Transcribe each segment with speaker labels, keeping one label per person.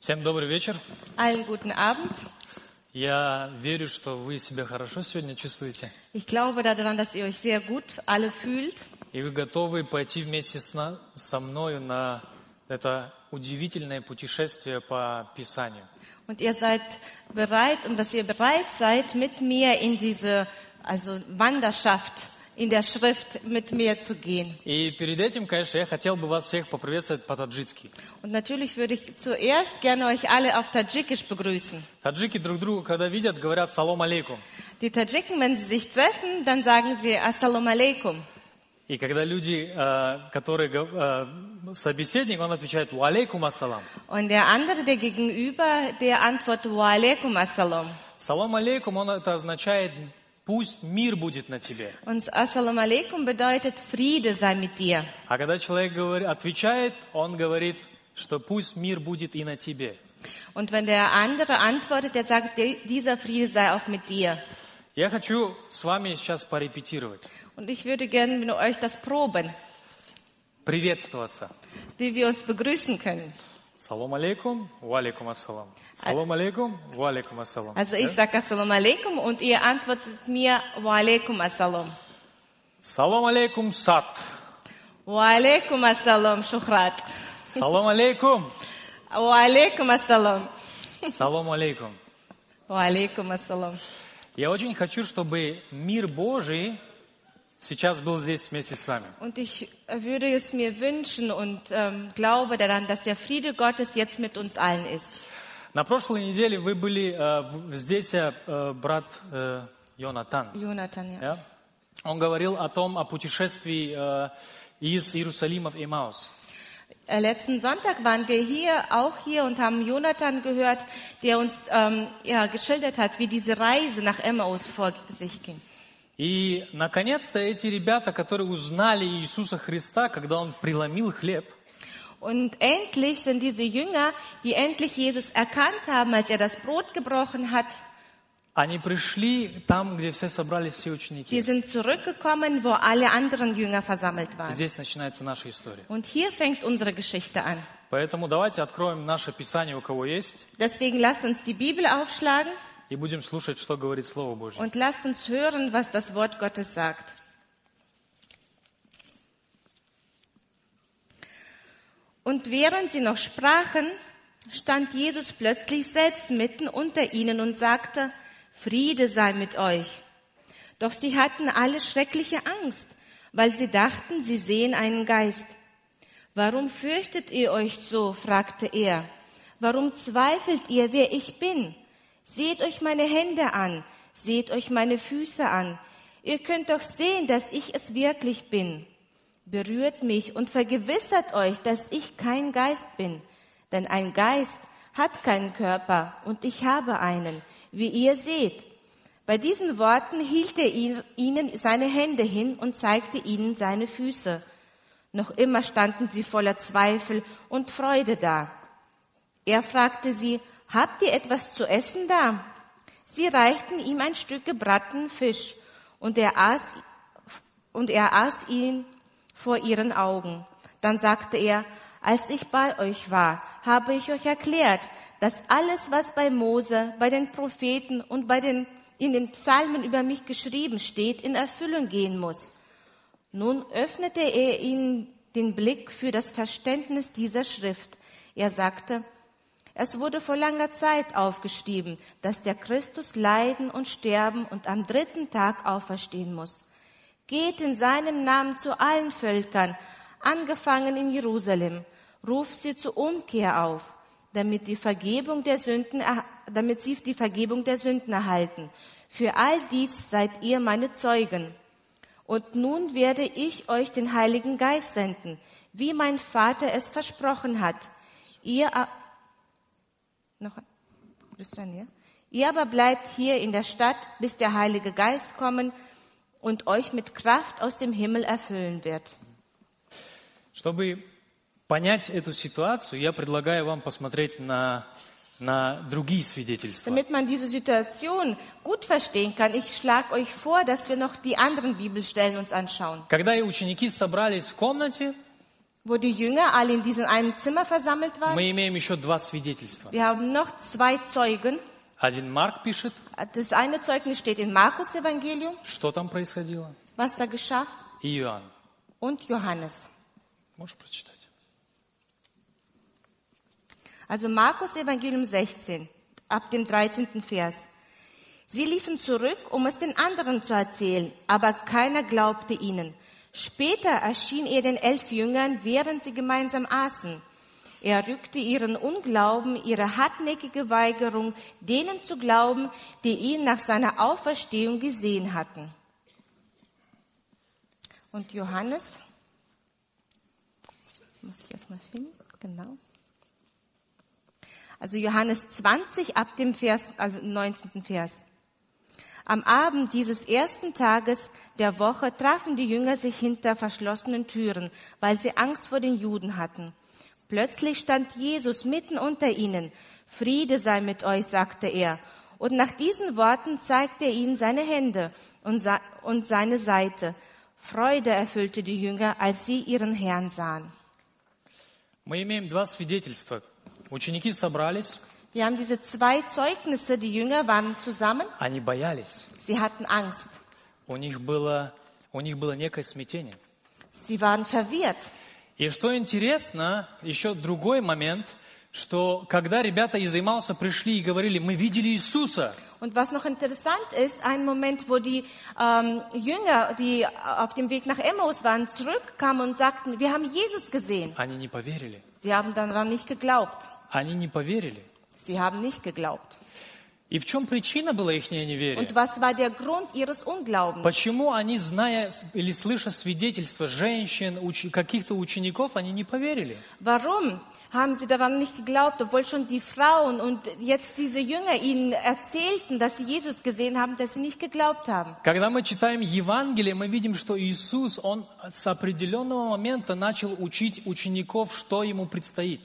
Speaker 1: Всем добрый вечер.
Speaker 2: Allen guten Abend.
Speaker 1: Я верю, что вы себя хорошо сегодня чувствуете,
Speaker 2: Ich glaube daran, dass ihr euch sehr gut alle fühlt
Speaker 1: и вы готовы пойти вместе с на- со мною на это удивительное путешествие по Писанию.
Speaker 2: und ihr seid bereit und dass ihr bereit seid, mit mir in diese also Wanderschaft in der Schrift mit mir zu gehen.
Speaker 1: И перед этим, конечно, я хотел бы вас всех поприветствовать по-таджикски.
Speaker 2: Und natürlich würde ich zuerst gerne euch alle auf Tadschikisch begrüßen.
Speaker 1: Таджики друг друга, когда видят, говорят «салам алейкум».
Speaker 2: Die Tadschiken, wenn sie sich treffen, dann sagen sie Assalamu alaikum.
Speaker 1: И когда люди, э, которые, гов- э, собеседник, он отвечает «валейкум ассалам».
Speaker 2: Und der andere, der gegenüber, der antwortet Wa alaikum assalam.
Speaker 1: «Салам алейкум» он это означает «пусть мир будет на тебе».
Speaker 2: Und Assalamu alaikum bedeutet Friede sei mit dir.
Speaker 1: А когда человек говор- отвечает, он говорит, что пусть мир будет и на тебе.
Speaker 2: Und wenn der andere antwortet, der sagt, "Di- dieser Friede sei auch mit dir.
Speaker 1: Я хочу с вами сейчас порепетировать,
Speaker 2: Und ich würde gerne mit euch das proben,
Speaker 1: приветствоваться.
Speaker 2: wie wir uns begrüßen können.
Speaker 1: Салам алейкум, валикум ассалам. Салам алейкум, валикум ассалам.
Speaker 2: Also ich sage Assalamu alaikum und ihr antwortet mir Wa alaikum assalam.
Speaker 1: Салам алейкум, сад.
Speaker 2: Wa alaikum assalam, Shukrat.
Speaker 1: Салам алейкум.
Speaker 2: Wa alaikum assalam.
Speaker 1: Салам алейкум.
Speaker 2: Wa alaikum assalam.
Speaker 1: Я очень хочу, чтобы мир Божий сейчас был здесь вместе с вами.
Speaker 2: Und ich würde es mir wünschen und ähm, glaube daran, dass der Friede Gottes jetzt mit uns allen ist.
Speaker 1: На прошлой неделе вы были э, в- здесь, э, э, брат э, Йонатан.
Speaker 2: Jonathan, ja.
Speaker 1: Да? Он говорил о том, о путешествии э, из Иерусалима в Имаус.
Speaker 2: Äh, Letzten Sonntag waren wir hier, auch hier, und haben Jonathan gehört, der uns ähm, ja, geschildert hat, wie diese Reise nach Emmaus vor sich ging.
Speaker 1: И, наконец-то, эти ребята, которые узнали Иисуса Христа, когда Он преломил хлеб,
Speaker 2: Und endlich sind diese Jünger, die endlich Jesus erkannt haben, als er das Brot gebrochen hat,
Speaker 1: они пришли там, где все собрались, все
Speaker 2: die
Speaker 1: ученики.
Speaker 2: sind zurückgekommen, wo alle anderen Jünger versammelt waren.
Speaker 1: Здесь начинается наша история.
Speaker 2: Und hier fängt unsere Geschichte an.
Speaker 1: Поэтому давайте откроем наше Писание, у кого есть,
Speaker 2: Deswegen lasst uns die Bibel aufschlagen
Speaker 1: и будем слушать, что говорит Слово Божье.
Speaker 2: und lasst uns hören, was das Wort Gottes sagt. Und während sie noch sprachen, stand Jesus plötzlich selbst mitten unter ihnen und sagte, Friede sei mit euch. Doch sie hatten alle schreckliche Angst, weil sie dachten, sie sehen einen Geist. Warum fürchtet ihr euch so? fragte er. Warum zweifelt ihr, wer ich bin? Seht euch meine Hände an, seht euch meine Füße an. Ihr könnt doch sehen, dass ich es wirklich bin. Berührt mich und vergewissert euch, dass ich kein Geist bin. Denn ein Geist hat keinen Körper und ich habe einen, wie ihr seht. Bei diesen Worten hielt er ihn- ihnen seine Hände hin und zeigte ihnen seine Füße. Noch immer standen sie voller Zweifel und Freude da. Er fragte sie, habt ihr etwas zu essen da? Sie reichten ihm ein Stück gebratenen Fisch und er aß, und er aß ihn vor ihren Augen. Dann sagte er, als ich bei euch war, habe ich euch erklärt, dass alles, was bei Mose, bei den Propheten und bei den, in den Psalmen über mich geschrieben steht, in Erfüllung gehen muss. Nun öffnete er ihnen den Blick für das Verständnis dieser Schrift. Er sagte, es wurde vor langer Zeit aufgeschrieben, dass der Christus leiden und sterben und am dritten Tag auferstehen muss. Geht in seinem Namen zu allen Völkern, angefangen in Jerusalem, ruft sie zur Umkehr auf, damit, die Vergebung der Sünden, er- damit sie die Vergebung der Sünden erhalten. Für all dies seid ihr meine Zeugen. Und nun werde ich euch den Heiligen Geist senden, wie mein Vater es versprochen hat. Ihr, a- noch, ein- bist du an hier? ihr aber bleibt hier in der Stadt, bis der Heilige Geist kommen und euch mit Kraft aus dem Himmel erfüllen wird.
Speaker 1: Чтобы понять эту ситуацию, я предлагаю вам посмотреть на, на другие свидетельства.
Speaker 2: Damit man diese Situation gut verstehen kann, ich schlage euch vor, dass wir noch die anderen Bibelstellen uns anschauen.
Speaker 1: Когда и ученики собрались в комнате,
Speaker 2: wo die Jünger alle in diesem einen Zimmer versammelt waren.
Speaker 1: Мы имеем еще два свидетельства.
Speaker 2: Wir haben noch zwei Zeugen.
Speaker 1: Один Марк пишет,
Speaker 2: Das eine Zeugnis steht in Markus Evangelium,
Speaker 1: что там происходило,
Speaker 2: was da geschah,
Speaker 1: и Иоанн.
Speaker 2: und Johannes.
Speaker 1: Можешь прочитать?
Speaker 2: Also Markus Evangelium 16, ab dem 13. Vers. Sie liefen zurück, um es den anderen zu erzählen, aber keiner glaubte ihnen. Später erschien er den elf Jüngern, während sie gemeinsam aßen. Er rückte ihren Unglauben, ihre hartnäckige Weigerung, denen zu glauben, die ihn nach seiner Auferstehung gesehen hatten. Und Johannes, das muss ich erstmal finden, genau. Also Johannes 20 ab dem Vers, also 19. Vers. Am Abend dieses ersten Tages der Woche trafen die Jünger sich hinter verschlossenen Türen, weil sie Angst vor den Juden hatten. Plötzlich stand Jesus mitten unter ihnen. Friede sei mit euch, sagte er. Und nach diesen Worten zeigte er ihnen seine Hände und, sa- und seine Seite. Freude erfüllte die Jünger, als sie ihren Herrn sahen.
Speaker 1: Мы имеем два свидетельства. Ученики собрались,
Speaker 2: Wir haben diese zwei Zeugnisse, die Jünger waren zusammen.
Speaker 1: они боялись.
Speaker 2: Sie hatten Angst.
Speaker 1: У них было, у них было некое смятение.
Speaker 2: Sie waren verwirrt.
Speaker 1: И что интересно, еще другой момент, что когда ребята из Имауса пришли и говорили, мы видели Иисуса,
Speaker 2: Und was noch interessant ist, ein Moment, wo die ähm, Jünger, die auf dem Weg nach Emmaus waren, zurückkamen und sagten, wir haben Jesus gesehen.
Speaker 1: они не поверили.
Speaker 2: Sie haben daran nicht geglaubt.
Speaker 1: Они не поверили.
Speaker 2: Sie haben nicht geglaubt.
Speaker 1: И в чем причина была их неверия?
Speaker 2: Und was war der Grund ihres Unglaubens?
Speaker 1: Почему они, зная с- или слыша свидетельства женщин, уч- каких-то учеников, они не поверили?
Speaker 2: Warum haben sie daran nicht geglaubt, obwohl schon die Frauen und jetzt diese Jünger ihnen erzählten, dass sie Jesus gesehen haben, dass sie nicht geglaubt haben?
Speaker 1: Когда мы читаем Евангелие, мы видим, что Иисус, Он с определенного момента начал учить учеников, что ему предстоит.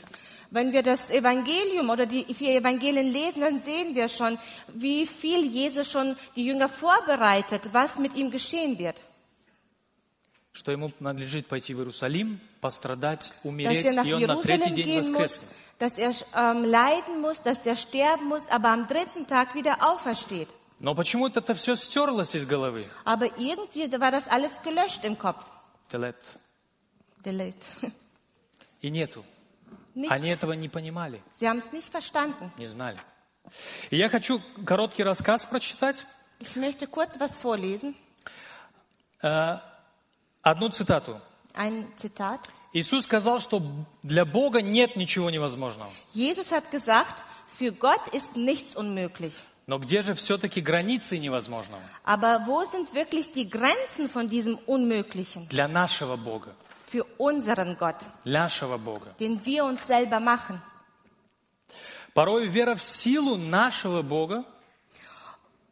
Speaker 2: Wenn wir das Evangelium oder die vier Evangelien lesen, dann sehen wir schon, wie viel Jesus schon die Jünger vorbereitet, was mit ihm geschehen wird.
Speaker 1: Что ему надлежит пойти в Иерусалим, пострадать,
Speaker 2: Dass
Speaker 1: умереть,
Speaker 2: er nach
Speaker 1: и он на третий
Speaker 2: Jerusalem
Speaker 1: день
Speaker 2: gehen muss,
Speaker 1: воскреснет.
Speaker 2: dass er ähm, leiden muss, dass er sterben muss, aber am dritten Tag wieder aufersteht.
Speaker 1: Но почему-то это все стерлось из головы.
Speaker 2: Aber irgendwie war das alles gelöscht im Kopf.
Speaker 1: Телет.
Speaker 2: Delete.
Speaker 1: И нету. Они
Speaker 2: Nichts.
Speaker 1: этого не понимали,
Speaker 2: Sie haben es nicht verstanden.
Speaker 1: не знали. И я хочу короткий рассказ прочитать.
Speaker 2: Ich möchte kurz was vorlesen.
Speaker 1: Э, Одну цитату.
Speaker 2: Ein Zitat.
Speaker 1: Иисус сказал, что для Бога нет ничего невозможного.
Speaker 2: Jesus hat gesagt, für Gott ist nichts unmöglich.
Speaker 1: Но где же все-таки границы невозможного?
Speaker 2: Aber wo sind wirklich die Grenzen von diesem Unmöglichen
Speaker 1: Для нашего Бога.
Speaker 2: für unseren Gott,
Speaker 1: Для нашего Бога.
Speaker 2: den wir uns selber machen?
Speaker 1: Порой вера в силу нашего Бога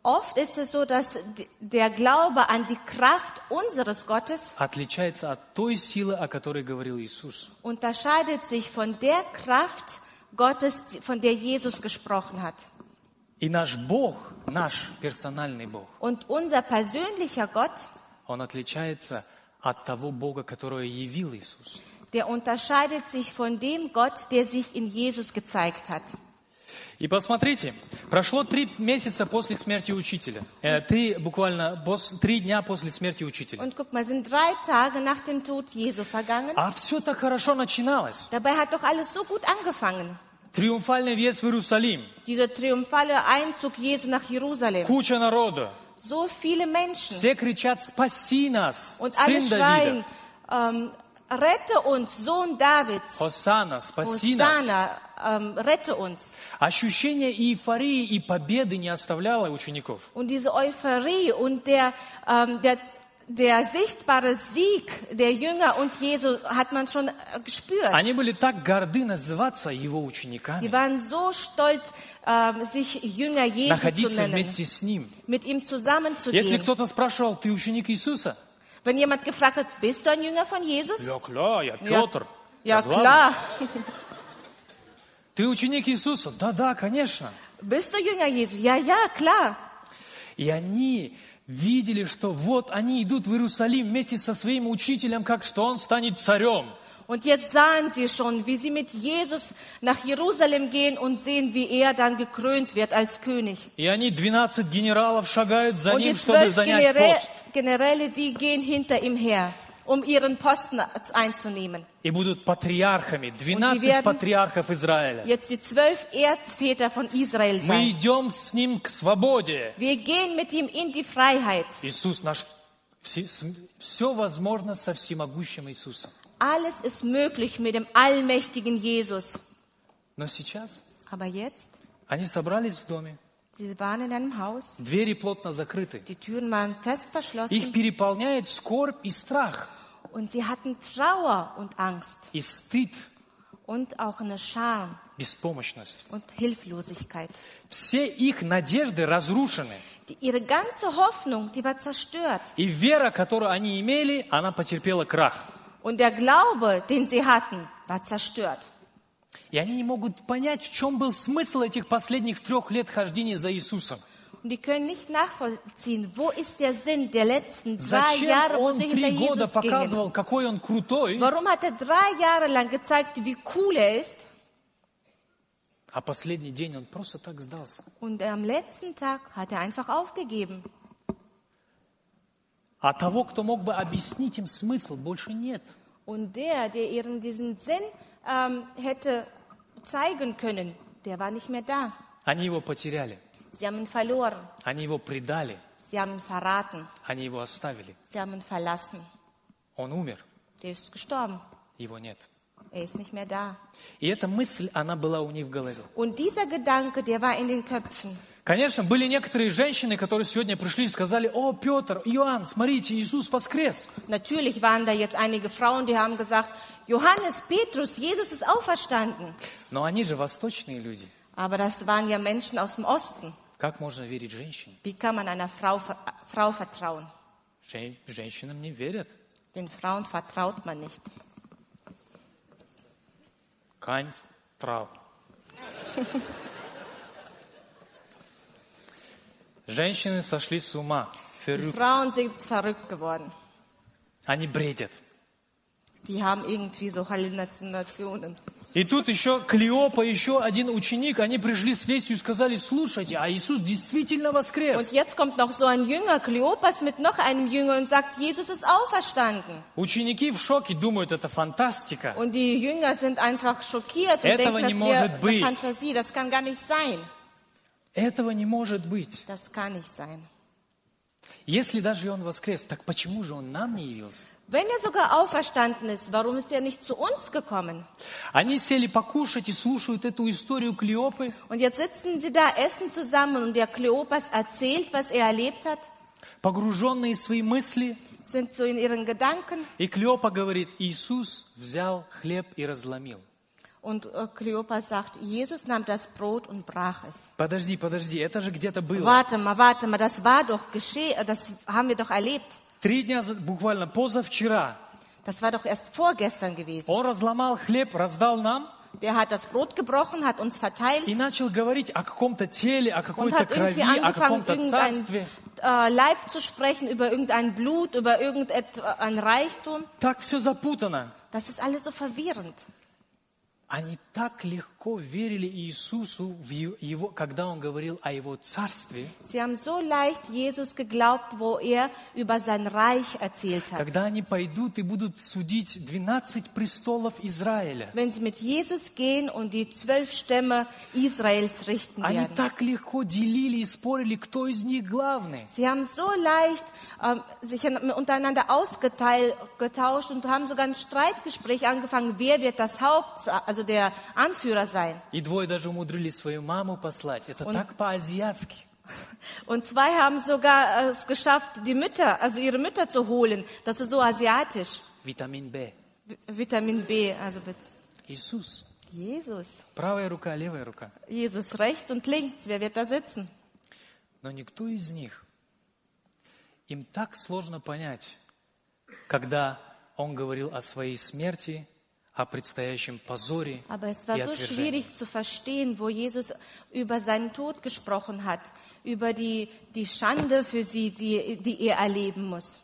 Speaker 2: Oft ist es so, dass d- der Glaube an die Kraft unseres Gottes
Speaker 1: отличается от той силы, о которой говорил Иисус.
Speaker 2: unterscheidet sich von der Kraft Gottes, die- von der Jesus gesprochen hat.
Speaker 1: И наш Бог, наш персональный Бог,
Speaker 2: Und unser persönlicher Gott,
Speaker 1: он отличается от того Бога, которого явил Иисус.
Speaker 2: der unterscheidet sich von dem Gott, der sich in Jesus gezeigt hat.
Speaker 1: И посмотрите, прошло три месяца после смерти учителя. Э, три, буквально, пос- три дня после смерти учителя.
Speaker 2: Und guck mal, sind drei Tage nach dem Tod Jesu vergangen.
Speaker 1: А все так хорошо начиналось.
Speaker 2: Dabei hat doch alles so gut angefangen.
Speaker 1: Триумфальный въезд в Иерусалим,
Speaker 2: Dieser triumphale Einzug Jesu nach Jerusalem.
Speaker 1: куча народа.
Speaker 2: So viele Menschen.
Speaker 1: Все кричат «Спаси нас,
Speaker 2: Und alle
Speaker 1: Сын Давида!»
Speaker 2: schreien, ähm, rette uns, Sohn Davids.
Speaker 1: «Хосана, спаси нас!»
Speaker 2: Hosanna, ähm, rette uns.
Speaker 1: Ощущение эйфории и победы не оставляло учеников.
Speaker 2: Und diese Euphorie und der, ähm, der, der sichtbare Sieg der Jünger und Jesu hat man schon äh, gespürt.
Speaker 1: Они были так горды называться его
Speaker 2: Die
Speaker 1: учениками,
Speaker 2: waren so stolz, ähm, sich Jünger Jesu zu
Speaker 1: находиться
Speaker 2: nennen,
Speaker 1: вместе с ним.
Speaker 2: mit ihm
Speaker 1: Если
Speaker 2: zusammenzugehen.
Speaker 1: кто-то спрашивал, ты ученик Иисуса?
Speaker 2: Wenn jemand gefragt hat, bist du ein Jünger von Jesus?
Speaker 1: Я кля, я
Speaker 2: Ja,
Speaker 1: Петр.
Speaker 2: ja
Speaker 1: я главный».
Speaker 2: klar.
Speaker 1: Ты ученик Иисуса? Да-да, конечно.
Speaker 2: Bist du Jünger Jesu? Ja, ja, klar.
Speaker 1: И они видели, что вот они идут в Иерусалим вместе со своим учителем, как что он станет царем.
Speaker 2: Und jetzt sahen sie schon, wie sie mit Jesus nach Jerusalem gehen und sehen, wie er dann gekrönt wird als König.
Speaker 1: И они 12 генералов шагают за
Speaker 2: Und
Speaker 1: ним,
Speaker 2: die
Speaker 1: чтобы
Speaker 2: zwölf
Speaker 1: занять
Speaker 2: Generä
Speaker 1: пост.
Speaker 2: Generäle, die gehen hinter ihm her, um ihren Posten einzunehmen.
Speaker 1: И будут патриархами. 12
Speaker 2: werden-
Speaker 1: патриархов Израиля.
Speaker 2: Jetzt die zwölf Erzväter von Israel
Speaker 1: Мы
Speaker 2: sein.
Speaker 1: идем с ним к свободе.
Speaker 2: Wir gehen mit ihm in die Freiheit.
Speaker 1: Иисус наш... Все, все возможно со всемогущим Иисусом.
Speaker 2: Alles ist möglich mit dem allmächtigen Jesus.
Speaker 1: Но сейчас
Speaker 2: Aber jetzt,
Speaker 1: они собрались в доме,
Speaker 2: sie waren in einem Haus,
Speaker 1: двери плотно закрыты.
Speaker 2: die Türen waren fest
Speaker 1: Их
Speaker 2: verschlossen
Speaker 1: переполняет скорбь и страх,
Speaker 2: und sie hatten Trauer und Angst
Speaker 1: и стыд,
Speaker 2: und auch eine Scham
Speaker 1: беспомощность.
Speaker 2: und Hilflosigkeit.
Speaker 1: Все их надежды разрушены.
Speaker 2: Die, ihre ganze Hoffnung, die war zerstört.
Speaker 1: И вера, которую они имели, она потерпела крах.
Speaker 2: Und der Glaube, den sie hatten, war zerstört.
Speaker 1: И они не могут понять, в чем был смысл этих последних трех лет хождения за Иисусом.
Speaker 2: Und die können nicht nachvollziehen, wo ist der Sinn der letzten drei
Speaker 1: Зачем
Speaker 2: Jahre, wo
Speaker 1: он
Speaker 2: sie hinter
Speaker 1: три года
Speaker 2: Jesus gingen.
Speaker 1: показывал, какой он крутой,
Speaker 2: Warum hat er drei Jahre lang gezeigt, wie cool er ist?
Speaker 1: а последний день он просто так сдался.
Speaker 2: Und am letzten Tag hat er einfach aufgegeben.
Speaker 1: А того, кто мог бы объяснить им смысл, больше нет.
Speaker 2: Und der, der ihren diesen Sinn ähm, hätte zeigen können, der war nicht mehr da.
Speaker 1: Они его потеряли,
Speaker 2: Sie haben ihn verloren,
Speaker 1: они его предали,
Speaker 2: sie haben ihn verraten,
Speaker 1: они его оставили.
Speaker 2: sie haben ihn verlassen.
Speaker 1: Он умер,
Speaker 2: Der ist gestorben,
Speaker 1: его нет.
Speaker 2: er ist nicht mehr da.
Speaker 1: И эта мысль, она была у них в голове.
Speaker 2: Und dieser Gedanke, der war in den Köpfen.
Speaker 1: Конечно, были некоторые женщины, которые сегодня пришли и сказали, о, Петр, Иоанн, смотрите, Иисус воскрес.
Speaker 2: Natürlich waren da jetzt einige Frauen, die haben gesagt, Johannes, Petrus, Jesus ist auferstanden.
Speaker 1: Но они же восточные люди.
Speaker 2: Aber das waren ja Menschen aus dem Osten.
Speaker 1: Как можно верить женщине?
Speaker 2: Wie kann man einer Frau, ver- Frau vertrauen?
Speaker 1: Жен- Женщинам не верят.
Speaker 2: Den Frauen vertraut man nicht.
Speaker 1: Кань трав. Женщины сошли с ума.
Speaker 2: Die
Speaker 1: Verrückt.
Speaker 2: Frauen sind verrückt geworden.
Speaker 1: Они бредят.
Speaker 2: Die haben irgendwie so Halluzinationen.
Speaker 1: И тут еще Клеопа, еще один ученик, они пришли с вестью и сказали, слушайте, а Иисус действительно
Speaker 2: Und
Speaker 1: воскрес.
Speaker 2: jetzt kommt noch so ein Jünger, Kleopas, mit noch einem Jünger und sagt, Jesus ist auferstanden.
Speaker 1: Ученики в шоке, думают, это фантастика.
Speaker 2: Und die Jünger sind einfach schockiert und
Speaker 1: Этого
Speaker 2: denken,
Speaker 1: не
Speaker 2: das
Speaker 1: может
Speaker 2: wäre
Speaker 1: быть.
Speaker 2: eine Fantasie. Das kann gar nicht sein.
Speaker 1: Этого не может быть.
Speaker 2: Das kann nicht sein.
Speaker 1: Если даже и он воскрес, так почему же он нам не явился?
Speaker 2: Wenn er sogar auferstanden ist, warum ist er nicht zu uns gekommen?
Speaker 1: Они сели покушать и слушают эту историю Клеопы.
Speaker 2: Und jetzt sitzen sie da, essen zusammen und der Kleopas erzählt, was er erlebt hat,
Speaker 1: погруженные в свои мысли.
Speaker 2: sind so in ihren Gedanken.
Speaker 1: И Клеопа говорит, Иисус взял хлеб и разломил.
Speaker 2: Und äh, Kleopas sagt, Jesus nahm das Brot und brach es.
Speaker 1: Подожди, подожди, это же где-то было.
Speaker 2: Warte mal, warte mal, das war doch geschehen, äh, das haben wir doch erlebt.
Speaker 1: Три дня, за- буквально позавчера,
Speaker 2: Das war doch erst vorgestern gewesen.
Speaker 1: он разломал хлеб, раздал нам
Speaker 2: Der hat das Brot gebrochen, hat uns
Speaker 1: и
Speaker 2: verteilt
Speaker 1: начал говорить о каком-то теле, о
Speaker 2: und
Speaker 1: какой-то
Speaker 2: hat
Speaker 1: крови,
Speaker 2: irgendwie
Speaker 1: о
Speaker 2: angefangen,
Speaker 1: каком-то
Speaker 2: irgendein
Speaker 1: царстве.
Speaker 2: äh, Leib zu sprechen, über irgendein Blut, über irgendein Reichtum.
Speaker 1: Так все запутано.
Speaker 2: Das ist alles so verwirrend.
Speaker 1: Они так легко верили Иисусу, в Е- его, когда он говорил о его царстве,
Speaker 2: Sie haben so leicht Jesus geglaubt, wo er über sein Reich erzählt hat.
Speaker 1: когда они пойдут и будут судить 12 престолов Израиля.
Speaker 2: Wenn sie mit Jesus gehen und die zwölf Stämme Israels richten
Speaker 1: Они
Speaker 2: werden.
Speaker 1: так легко делили и спорили, кто из них главный.
Speaker 2: Sie haben so leicht ähm, sich an- untereinander ausgetauscht und haben sogar ein Streitgespräch angefangen, wer wird das Haupt, also der Anführer sein.
Speaker 1: И двое даже умудрились свою маму послать. Это
Speaker 2: Он-
Speaker 1: так по-азиатски.
Speaker 2: Und zwei haben sogar äh, es geschafft, die Mütter, also ihre Mütter zu holen. Das ist so asiatisch.
Speaker 1: Витамин Б.
Speaker 2: Vi- Vitamin B, also bitte.
Speaker 1: Иисус.
Speaker 2: Jesus.
Speaker 1: Правая рука, левая рука.
Speaker 2: Jesus rechts und links, wer wird da sitzen?
Speaker 1: Но никто из них, им так сложно понять, когда он говорил о своей смерти, о предстоящем позоре
Speaker 2: Aber es
Speaker 1: и
Speaker 2: war so
Speaker 1: отвержении.
Speaker 2: schwierig zu verstehen, wo Jesus über seinen Tod gesprochen hat, über die, die Schande für sie, die, die er erleben muss.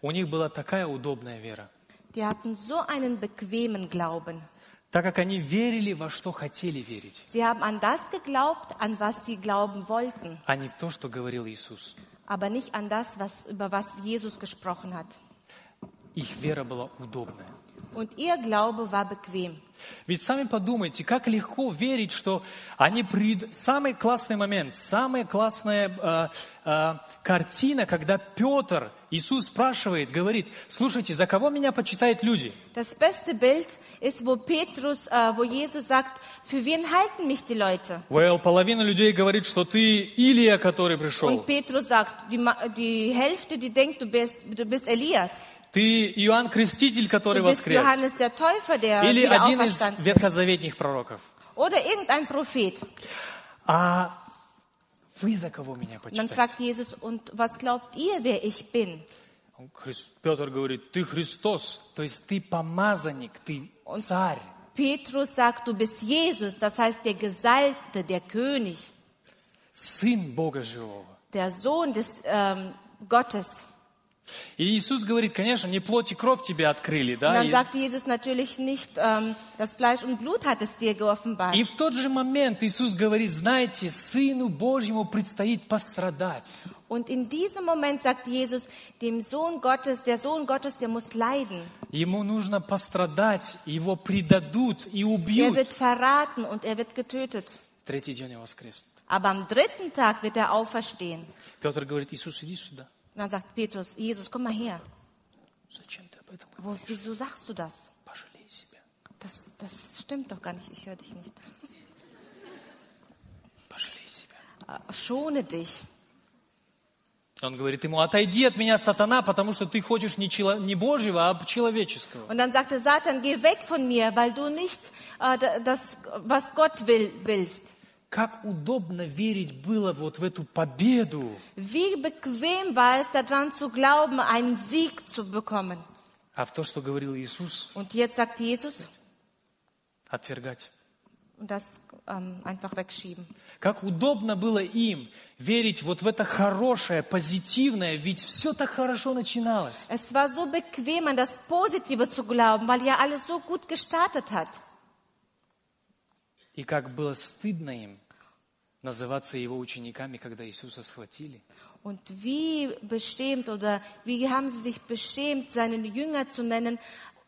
Speaker 1: У них была такая удобная вера.
Speaker 2: Die hatten so einen bequemen Glauben.
Speaker 1: так как они верили во что хотели верить,
Speaker 2: Sie haben an das geglaubt, an was sie glauben wollten,
Speaker 1: а не в то, что говорил Иисус.
Speaker 2: aber nicht an das, was, über was Jesus gesprochen hat.
Speaker 1: Их вера была удобная.
Speaker 2: Und ihr Glaube war bequem.
Speaker 1: Ведь сами подумайте, как легко верить, что они придут... Самый классный момент, самая классная э, э, картина, когда Петр, Иисус спрашивает, говорит, слушайте, за кого меня почитают люди?
Speaker 2: Das beste Bild ist, wo Petrus, äh, wo Jesus sagt, für wen halten mich die Leute?
Speaker 1: Well, половина людей говорит, что ты Илия, который пришел,
Speaker 2: Und Petrus sagt, die, Ma- die Hälfte, die denkt, du bist, du bist Elias,
Speaker 1: ты Иоанn Креститель,
Speaker 2: du
Speaker 1: который
Speaker 2: bist
Speaker 1: воскрес,
Speaker 2: Johannes der Täufer, der
Speaker 1: или
Speaker 2: wieder
Speaker 1: один из
Speaker 2: auferstanden
Speaker 1: ветхозаветних пророков.
Speaker 2: oder irgendein Prophet.
Speaker 1: А вы за кого меня
Speaker 2: Und dann
Speaker 1: почитаете?
Speaker 2: fragt Jesus, und was glaubt ihr, wer ich bin?
Speaker 1: Хрис- Петр говорит, ты Христос, то есть ты помазанник, ты царь.
Speaker 2: Petrus sagt, du bist Jesus, das heißt der Gesalbte, der König,
Speaker 1: Сын Бога Живого.
Speaker 2: der Sohn des ähm, Gottes.
Speaker 1: И Иисус говорит, конечно, не плоть и кровь тебе открыли,
Speaker 2: Und
Speaker 1: да?
Speaker 2: dann
Speaker 1: И,
Speaker 2: sagt Jesus natürlich nicht, ähm, das Fleisch und Blut hat es dir geoffenbart.
Speaker 1: и в тот же момент Иисус говорит, знаете, Сыну Божьему предстоит пострадать.
Speaker 2: Und in diesem Moment sagt Jesus, dem Sohn Gottes, der Sohn Gottes, der muss leiden.
Speaker 1: Ему нужно пострадать, его предадут и
Speaker 2: Er
Speaker 1: убьют.
Speaker 2: wird verraten und er wird getötet.
Speaker 1: Третий день он воскрес.
Speaker 2: Aber am dritten Tag wird er auferstehen.
Speaker 1: Петр говорит, Иисус, иди сюда.
Speaker 2: Und dann sagt Petrus, Jesus, komm mal her.
Speaker 1: Зачем ты об этом говоришь?
Speaker 2: Wo, wieso sagst du das?
Speaker 1: Пожалей себя.
Speaker 2: das? Das stimmt doch gar nicht, ich höre dich nicht.
Speaker 1: Пожалей себя.
Speaker 2: Äh, schone dich.
Speaker 1: Он говорит ему, отойди от меня, сатана, потому что ты хочешь не, чело- не Божьего, а человеческого.
Speaker 2: Und dann sagte Satan, geh weg von mir, weil du nicht äh, da- das, was Gott will, willst.
Speaker 1: Как удобно верить было вот в эту победу.
Speaker 2: Wie bequem war es, daran zu glauben, einen Sieg zu bekommen.
Speaker 1: А в то, что говорил Иисус,
Speaker 2: Und jetzt sagt Jesus,
Speaker 1: отвергать.
Speaker 2: und das ähm, einfach wegschieben.
Speaker 1: Как удобно было им верить вот в это хорошее, позитивное, ведь все так хорошо начиналось.
Speaker 2: Es war so bequem, an das Positive zu glauben, weil ja alles so gut gestartet hat.
Speaker 1: И как было стыдно им называться его учениками, когда Иисуса схватили.
Speaker 2: Und wie beschämt oder wie haben sie sich beschämt, seinen Jünger zu nennen,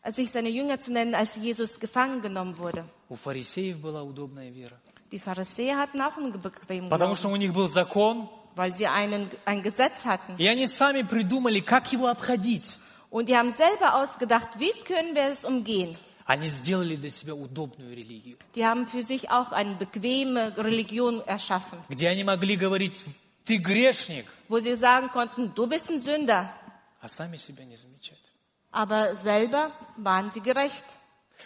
Speaker 2: sich seine Jünger zu nennen, als Jesus gefangen genommen wurde.
Speaker 1: У фарисеев была удобная вера.
Speaker 2: Die Pharisäer hatten auch einen bequemen
Speaker 1: Потому
Speaker 2: Glauben,
Speaker 1: что у них был закон,
Speaker 2: weil sie einen, ein Gesetz hatten.
Speaker 1: и они сами придумали, как его обходить.
Speaker 2: Und die haben selber ausgedacht, wie können wir es umgehen?
Speaker 1: Они сделали для себя удобную религию,
Speaker 2: Die haben für sich auch eine bequeme Religion erschaffen,
Speaker 1: где они могли говорить, ты грешник,
Speaker 2: wo sie sagen konnten, du bist ein Sünder,
Speaker 1: а сами себя не замечать.
Speaker 2: aber selber waren sie gerecht.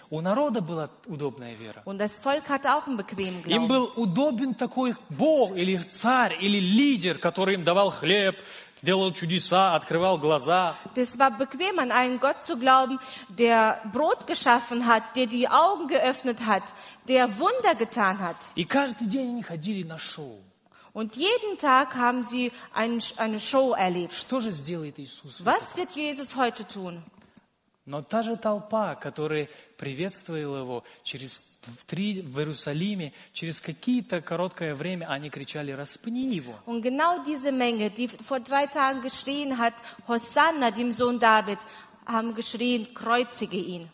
Speaker 1: У народа была удобная вера.
Speaker 2: Und das Volk hatte auch einen bequemen
Speaker 1: Им
Speaker 2: Glauben.
Speaker 1: был удобен такой Бог или царь или лидер, который им давал хлеб, делал чудеса, открывал глаза.
Speaker 2: Das war bequem, an einen Gott zu glauben, der Brot geschaffen hat, der die Augen geöffnet hat, der Wunder getan hat.
Speaker 1: И каждый день они ходили на шоу.
Speaker 2: Und jeden Tag haben sie ein, eine Show erlebt.
Speaker 1: Что же сделает Иисус?
Speaker 2: Was wird Jesus heute tun?
Speaker 1: Но та же толпа, которая приветствовала его через три в Иерусалиме, через какие-то короткое время они кричали «Распни его!»
Speaker 2: Und genau diese Menge, die vor drei Tagen geschrien hat, Hosanna, dem Sohn Davids, haben geschrien, kreuzige ihn.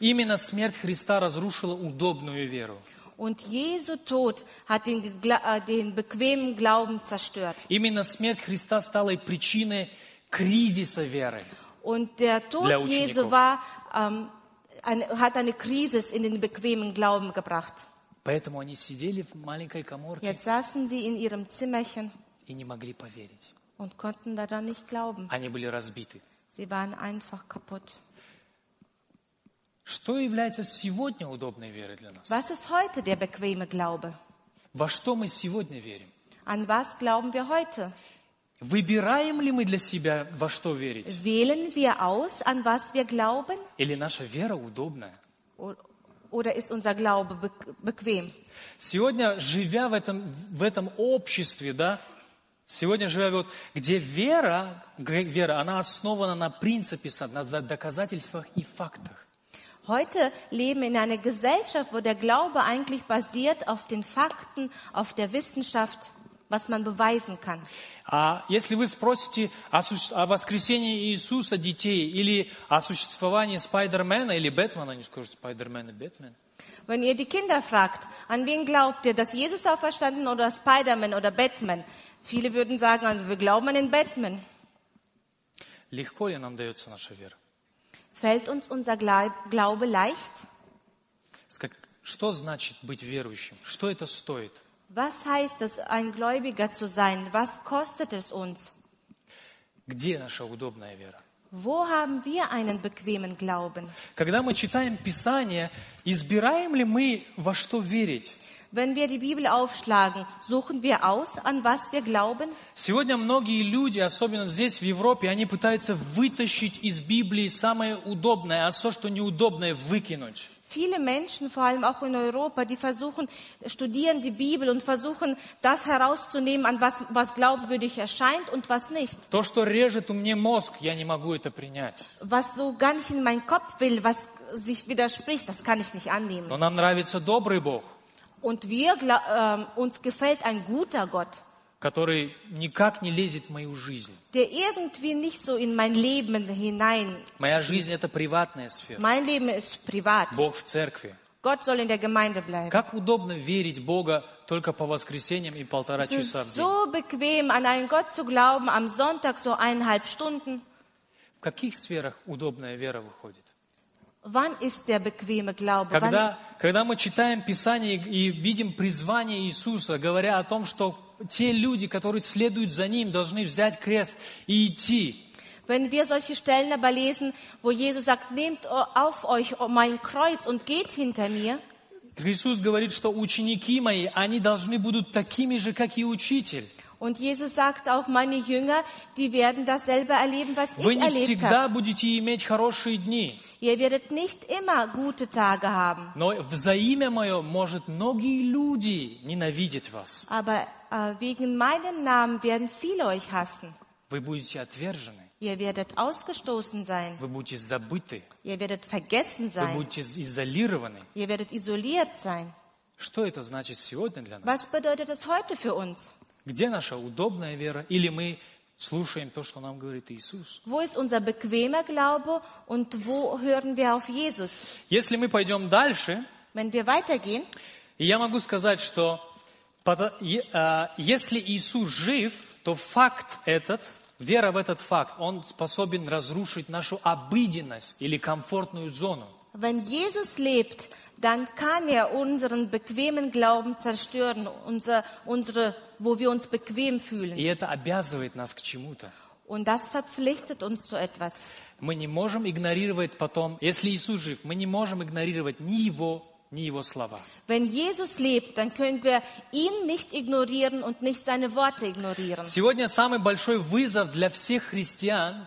Speaker 1: Именно смерть Христа разрушила удобную веру.
Speaker 2: Und Jesu Tod hat den, gegla- äh, den bequemen Glauben zerstört.
Speaker 1: Именно смерть Христа стала и причиной кризиса веры.
Speaker 2: Und der Tod
Speaker 1: Для учеников.
Speaker 2: Jesu war, ähm, eine, hat eine Krise in den bequemen Glauben gebracht.
Speaker 1: Поэтому они сидели в маленькой коморке
Speaker 2: Jetzt saßen sie in ihrem Zimmerchen
Speaker 1: и не могли поверить.
Speaker 2: und konnten daran nicht glauben.
Speaker 1: Они были разбиты.
Speaker 2: Sie waren einfach kaputt.
Speaker 1: Что является сегодня удобной верой для нас?
Speaker 2: Was ist heute der bequeme Glaube?
Speaker 1: Во что мы сегодня верим?
Speaker 2: An was glauben wir heute?
Speaker 1: Выбираем ли мы для себя, во что верить?
Speaker 2: Wählen wir aus, an was wir glauben?
Speaker 1: Или наша вера удобная?
Speaker 2: O- Oder ist unser Glaube be bequem?
Speaker 1: Сегодня, живя в этом, в этом обществе, да, Сегодня живя вот, где вера, г- вера, она основана на принципе, со- на за- доказательствах и фактах.
Speaker 2: Heute leben wir in einer Gesellschaft, wo der Glaube eigentlich basiert auf den Fakten, auf der Wissenschaft, was man beweisen kann.
Speaker 1: А если вы спросите о, суще- о воскресении Иисуса детей или о существовании Спайдермена или Бэтмена, они скажут Спайдермен и Бэтмен.
Speaker 2: Wenn ihr die Kinder fragt, an wen glaubt ihr, dass Jesus auferstanden oder Spider-Man oder Batman? Viele würden sagen, also wir glauben an den Batman.
Speaker 1: Легко ли нам дается наша вера?
Speaker 2: Fällt uns unser Gla- Glaube leicht?
Speaker 1: С как- Что значит быть верующим? Что это стоит?
Speaker 2: Was heißt es, ein Gläubiger zu sein? Was kostet es uns?
Speaker 1: Где наша удобная вера?
Speaker 2: Wo haben wir einen bequemen Glauben?
Speaker 1: Когда мы читаем Писание, избираем ли мы во что верить?
Speaker 2: Wenn wir die Bibel aufschlagen, suchen wir aus, an was wir glauben?
Speaker 1: Сегодня многие люди, особенно здесь, в Европе, они пытаются вытащить из Библии самое удобное, а все, что неудобное, выкинуть.
Speaker 2: Viele Menschen, vor allem auch in Europa, die versuchen, studieren die Bibel und versuchen, das herauszunehmen, an was, was glaubwürdig erscheint und was nicht.
Speaker 1: То, что режет у мне мозг, я не могу это принять.
Speaker 2: Was so gar nicht in meinen Kopf will, was sich widerspricht, das kann ich nicht annehmen.
Speaker 1: Но нам нравится добрый Бог,
Speaker 2: Und wir, gla- ähm, uns gefällt ein guter Gott,
Speaker 1: который никак не лезет в мою жизнь.
Speaker 2: der irgendwie nicht so in mein Leben hinein.
Speaker 1: Моя жизнь – это приватная сфера.
Speaker 2: Mein Leben ist privat.
Speaker 1: Бог в церкви.
Speaker 2: Gott soll in der Gemeinde bleiben.
Speaker 1: Как удобно верить Бога только по воскресеньям и полтора
Speaker 2: Es
Speaker 1: часа в
Speaker 2: ist
Speaker 1: день.
Speaker 2: so bequem, an einen Gott zu glauben, am Sonntag so eineinhalb Stunden.
Speaker 1: В каких сферах удобная вера выходит?
Speaker 2: Wann ist der bequeme Glaube? Wann,
Speaker 1: Когда, когда мы читаем Писание и и видим призвание Иисуса, говоря о том, что те люди, которые следуют за Ним, должны взять крест и идти.
Speaker 2: wenn wir solche Stellen aber lesen, wo Jesus sagt, nehmt auf euch mein Kreuz und geht hinter mir,
Speaker 1: Иисус говорит, что ученики мои, они должны будут такими же, как и учитель.
Speaker 2: und Jesus sagt auch, meine Jünger, die werden dasselbe erleben, was
Speaker 1: Вы
Speaker 2: ich
Speaker 1: не
Speaker 2: erlebt habe.
Speaker 1: всегда будете иметь хорошие дни,
Speaker 2: Ihr werdet nicht immer gute Tage haben,
Speaker 1: но в- за имя мое, может, многие люди ненавидят вас.
Speaker 2: aber äh, wegen meinem Namen werden viele euch hassen.
Speaker 1: Вы будете отвержены,
Speaker 2: Ihr werdet ausgestoßen sein,
Speaker 1: вы будете забыты,
Speaker 2: ihr werdet vergessen
Speaker 1: вы
Speaker 2: sein,
Speaker 1: будете изолированы.
Speaker 2: ihr werdet isoliert sein.
Speaker 1: Что это значит сегодня для нас?
Speaker 2: Was bedeutet das heute für uns?
Speaker 1: Где наша удобная вера? Или мы слушаем то, что нам говорит Иисус?
Speaker 2: Wo ist unser bequemer Glaube und wo hören wir auf Jesus?
Speaker 1: Если мы пойдем дальше,
Speaker 2: Wenn wir weitergehen,
Speaker 1: и я могу сказать, что пота- е- а, если Иисус жив, то факт этот, вера в этот факт, он способен разрушить нашу обыденность или комфортную зону.
Speaker 2: wenn Jesus lebt, dann kann er unseren bequemen Glauben zerstören, unser, unsere, wo wir uns bequem
Speaker 1: И
Speaker 2: fühlen.
Speaker 1: это обязывает нас к чему-то.
Speaker 2: Und das verpflichtet uns zu etwas.
Speaker 1: Мы не можем игнорировать потом, если Иисус жив, мы не можем игнорировать ни Его, ни Его слова.
Speaker 2: Wenn Jesus lebt, dann können wir ihn nicht ignorieren und nicht seine Worte ignorieren.
Speaker 1: Сегодня самый большой вызов для всех христиан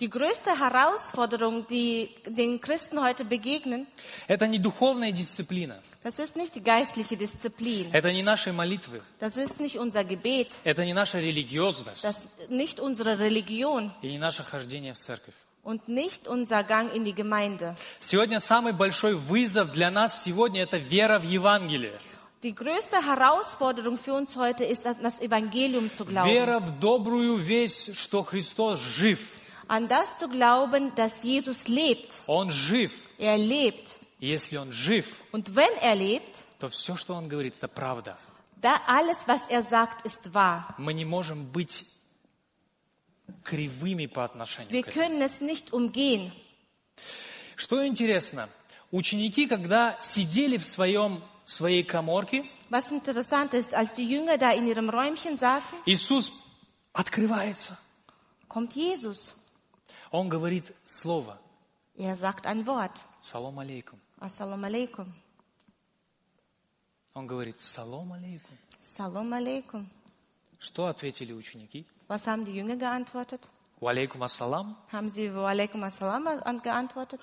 Speaker 2: Die größte Herausforderung, die den Christen heute begegnen,
Speaker 1: – это не духовная дисциплина.
Speaker 2: das ist nicht die geistliche Disziplin.
Speaker 1: Это не наши молитвы,
Speaker 2: Das ist nicht unser Gebet.
Speaker 1: это не наша религиозность
Speaker 2: Das ist nicht unsere Religion
Speaker 1: и не наше хождение в церковь.
Speaker 2: und nicht unser Gang in die Gemeinde.
Speaker 1: Сегодня самый большой вызов для нас сегодня – это вера в Евангелие,
Speaker 2: Die größte Herausforderung für uns heute ist, an das Evangelium zu glauben.
Speaker 1: вера в добрую весть, что Христос жив,
Speaker 2: An das zu glauben, dass Jesus lebt.
Speaker 1: Он жив.
Speaker 2: Er lebt.
Speaker 1: И Если Он жив,
Speaker 2: Und wenn er lebt,
Speaker 1: то все, что Он говорит, это правда.
Speaker 2: da alles, was er sagt, ist wahr.
Speaker 1: Мы не можем быть кривыми по отношению
Speaker 2: Wir
Speaker 1: к этому.
Speaker 2: können es nicht umgehen.
Speaker 1: Что интересно, ученики, когда сидели в своем, своей коморке,
Speaker 2: Was interessant ist, als die Jünger da in ihrem Räumchen saßen,
Speaker 1: Иисус открывается.
Speaker 2: kommt Jesus.
Speaker 1: Он говорит слово –
Speaker 2: Er sagt ein Wort.
Speaker 1: Салом алейкум.
Speaker 2: Assalamu alaikum.
Speaker 1: Он говорит, салом алейкум.
Speaker 2: Salam alaikum.
Speaker 1: Что ответили ученики?
Speaker 2: Was haben die Jünger geantwortet?
Speaker 1: Валейкум ассалам.
Speaker 2: Haben Sie wa alaikum assalam an- geantwortet?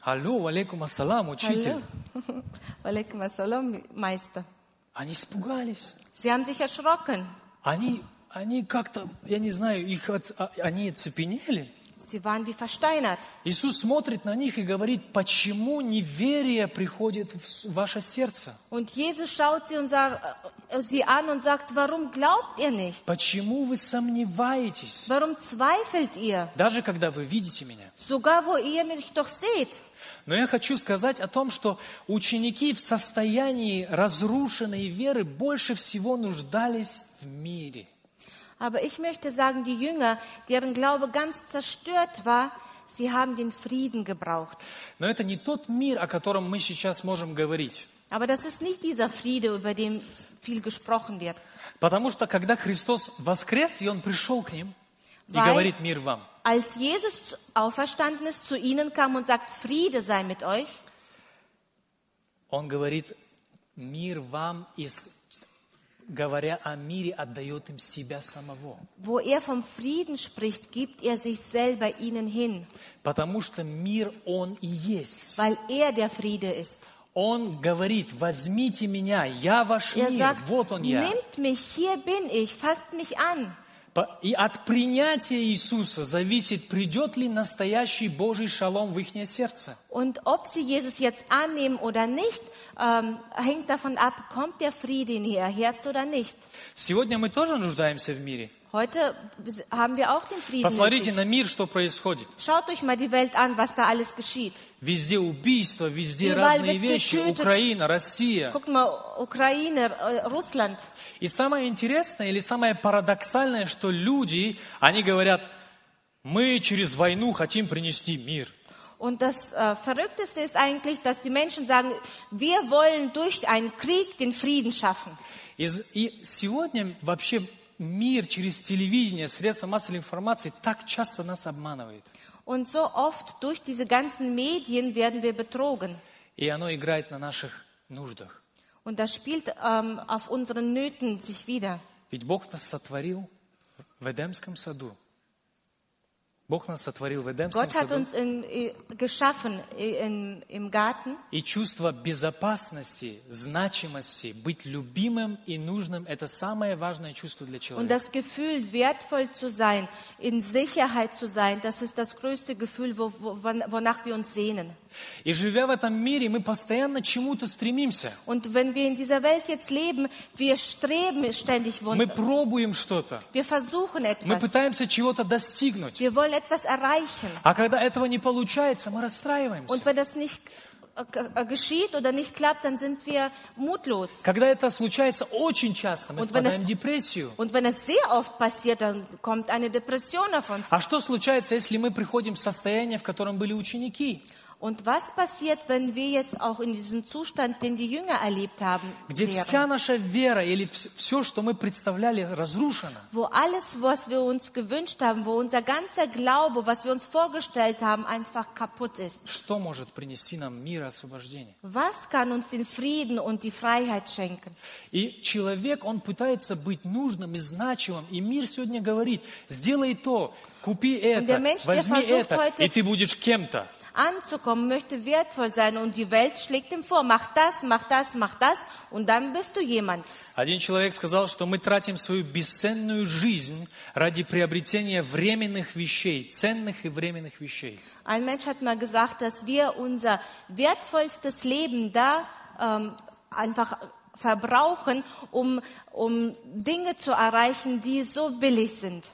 Speaker 1: Алло, валейкум ассалам, учитель.
Speaker 2: Hallo. Wa alaikum assalam, Meister.
Speaker 1: Они испугались.
Speaker 2: Sie haben sich erschrocken.
Speaker 1: Они, они как-то, я не знаю, их от, а- они оцепенели.
Speaker 2: Sie waren wie versteinert.
Speaker 1: Иисус смотрит на них и говорит, почему неверие приходит в с- ваше сердце?
Speaker 2: Und Jesus schaut sie, und sagt, äh, sie an und sagt, warum glaubt ihr nicht?
Speaker 1: Почему вы сомневаетесь?
Speaker 2: Warum zweifelt ihr?
Speaker 1: Даже когда вы видите меня.
Speaker 2: Sogar wo ihr mich doch seht.
Speaker 1: Но я хочу сказать о том, что ученики в состоянии разрушенной веры больше всего нуждались в мире.
Speaker 2: Aber ich möchte sagen, die Jünger, deren Glaube ganz zerstört war, sie haben den Frieden gebraucht.
Speaker 1: Но это не тот мир, о котором мы сейчас можем говорить.
Speaker 2: Aber das ist nicht dieser Friede, über den viel gesprochen wird.
Speaker 1: Потому что когда Христос воскрес, и Он пришел к ним, и
Speaker 2: Weil-
Speaker 1: говорит мир вам,
Speaker 2: Als Jesus zu- auferstanden ist, zu ihnen kam und sagt, Friede sei mit euch,
Speaker 1: Он говорит, мир вам, из, говоря о мире, отдает им себя самого.
Speaker 2: wo er vom Frieden spricht, gibt er sich selber ihnen hin,
Speaker 1: Потому что мир Он и есть.
Speaker 2: weil er der Friede ist.
Speaker 1: Он говорит, возьмите меня, я ваш
Speaker 2: Er
Speaker 1: мир,
Speaker 2: sagt,
Speaker 1: вот Он я.
Speaker 2: nimmt mich, hier bin ich, fasst mich an.
Speaker 1: По- И от принятия Иисуса зависит, придет ли настоящий Божий шалом в их сердце.
Speaker 2: Und ob sie Jesus jetzt annehmen oder nicht, ähm, hängt davon ab, kommt der Friede in ihr Herz oder nicht.
Speaker 1: Сегодня мы тоже нуждаемся в мире.
Speaker 2: Heute haben wir auch den Frieden.
Speaker 1: Посмотрите
Speaker 2: nötig.
Speaker 1: на мир, что происходит.
Speaker 2: Schaut euch mal die Welt an, was da alles geschieht.
Speaker 1: Везде убийства, везде
Speaker 2: Überall
Speaker 1: разные
Speaker 2: wird
Speaker 1: вещи.
Speaker 2: getötet.
Speaker 1: Украина, Россия.
Speaker 2: Guckt mal, Ukraine, äh, Russland.
Speaker 1: И самое интересное или самое парадоксальное, что люди, они говорят, мы через войну хотим принести мир.
Speaker 2: Und das äh, Verrückteste ist eigentlich, dass die Menschen sagen, wir wollen durch einen Krieg den Frieden schaffen.
Speaker 1: Из- И сегодня вообще мир через телевидение, средства массовой информации так часто нас обманывает.
Speaker 2: Und so oft durch diese ganzen Medien werden wir betrogen.
Speaker 1: И оно играет на наших нуждах.
Speaker 2: Und das spielt ähm, auf unseren Nöten sich wieder.
Speaker 1: Ведь Бог нас сотворил в Эдемском саду. Bог нас сотворил в Эдемском
Speaker 2: Gott hat
Speaker 1: саду.
Speaker 2: uns in, äh, geschaffen äh, in, im Garten.
Speaker 1: И чувство безопасности, значимости, быть любимым и нужным – это самое важное чувство для
Speaker 2: Und
Speaker 1: человека.
Speaker 2: das Gefühl, wertvoll zu sein, in Sicherheit zu sein, das ist das größte Gefühl, wo, wo, wann- wonach wir uns sehnen.
Speaker 1: И живя в этом мире, мы постоянно чему-то стремимся.
Speaker 2: Und wenn wir in dieser Welt jetzt leben, wir streben ständig
Speaker 1: Мы
Speaker 2: Wunder.
Speaker 1: пробуем что-то.
Speaker 2: Wir versuchen
Speaker 1: Мы
Speaker 2: etwas.
Speaker 1: пытаемся чего-то достигнуть.
Speaker 2: Wir wollen etwas erreichen.
Speaker 1: А когда этого не получается, мы расстраиваемся.
Speaker 2: Und wenn das nicht äh, äh, geschieht oder nicht klappt, dann sind wir mutlos.
Speaker 1: Когда это случается очень часто, мы
Speaker 2: Und wenn es-
Speaker 1: впадаем в депрессию.
Speaker 2: Und wenn das sehr oft passiert, dann kommt eine Depression auf uns.
Speaker 1: А что случается, если мы приходим в состояние, в котором были ученики?
Speaker 2: Und was passiert, wenn wir jetzt auch in diesem Zustand, den die Jünger erlebt haben,
Speaker 1: Где
Speaker 2: wären?
Speaker 1: вся наша вера или все, что мы представляли, разрушено?
Speaker 2: wo alles, was wir uns gewünscht haben, wo unser ganzer Glaube, was wir uns vorgestellt haben, einfach kaputt ist.
Speaker 1: Что может принести нам мир и освобождение?
Speaker 2: Was kann uns den Frieden und die Freiheit schenken?
Speaker 1: И человек, он пытается быть нужным и значимым, и мир сегодня говорит, сделай то, купи это,
Speaker 2: der Mensch, der
Speaker 1: возьми
Speaker 2: versucht
Speaker 1: это,
Speaker 2: heute-
Speaker 1: и ты будешь кем-то.
Speaker 2: Anzukommen möchte wertvoll sein und die Welt schlägt ihm vor, mach das, mach das, mach das und dann bist du jemand.
Speaker 1: Один человек сказал, что мы тратим свою бесценную жизнь ради приобретения временных вещей, ценных и временных вещей.
Speaker 2: Ein Mensch hat mal gesagt, dass wir unser wertvollstes Leben da ähm, einfach verbrauchen, um, um Dinge zu erreichen, die so billig sind.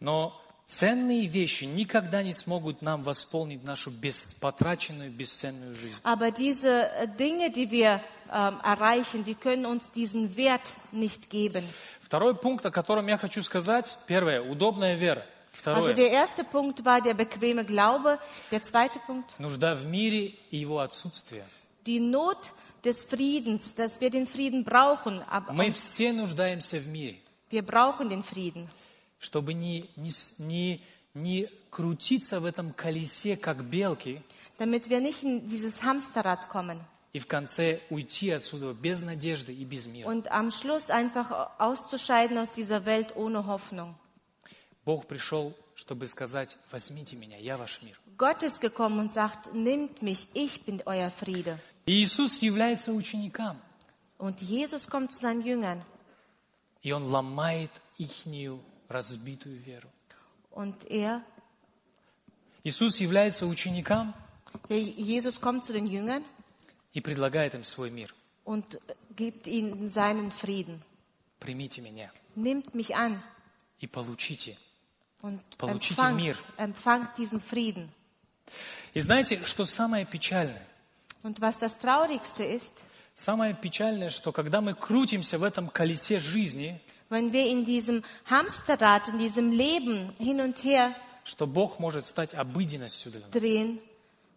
Speaker 1: Но ценные вещи никогда не смогут нам восполнить нашу бес- потраченную бесценную жизнь.
Speaker 2: Aber diese äh, Dinge, die wir ähm, erreichen, die können uns diesen Wert nicht geben.
Speaker 1: Второй пункт, о котором я хочу сказать. Первое. Удобная вера.
Speaker 2: Also
Speaker 1: Второе.
Speaker 2: der erste Punkt war der bequeme Glaube. Der zweite Punkt,
Speaker 1: Нужда в мире и его отсутствие.
Speaker 2: die Not des Friedens, dass wir den Frieden brauchen. Aber
Speaker 1: Мы все нуждаемся в мире,
Speaker 2: wir brauchen den Frieden.
Speaker 1: чтобы не, не, с- не, не крутиться в этом колесе, как белки,
Speaker 2: damit wir nicht in dieses Hamsterrad kommen
Speaker 1: и в конце уйти отсюда без надежды и без мира.
Speaker 2: und am Schluss einfach auszuscheiden aus dieser Welt ohne Hoffnung.
Speaker 1: Бог пришел, чтобы сказать, возьмите меня, я ваш мир.
Speaker 2: Gott ist gekommen und sagt, nimmt mich, ich bin euer Friede.
Speaker 1: И Иисус является ученикам.
Speaker 2: Und Jesus kommt zu seinen Jüngern.
Speaker 1: И и он ломает ихнюю разбитую веру.
Speaker 2: Und er,
Speaker 1: Иисус является ученикам
Speaker 2: der Jesus kommt zu den Jüngern
Speaker 1: и предлагает им свой мир.
Speaker 2: und gibt ihnen seinen Frieden.
Speaker 1: Примите меня
Speaker 2: Nimmt mich an
Speaker 1: и получите.
Speaker 2: und
Speaker 1: Получите
Speaker 2: empfangt,
Speaker 1: мир.
Speaker 2: empfangt diesen Frieden.
Speaker 1: И знаете, что самое печальное?
Speaker 2: Und was das Traurigste ist,
Speaker 1: Самое печальное, что когда мы krutимся в этом колесе жизни,
Speaker 2: wenn wir in diesem Hamsterrad, in diesem Leben hin und her
Speaker 1: что Бог может стать обыденностью для нас,
Speaker 2: drehen,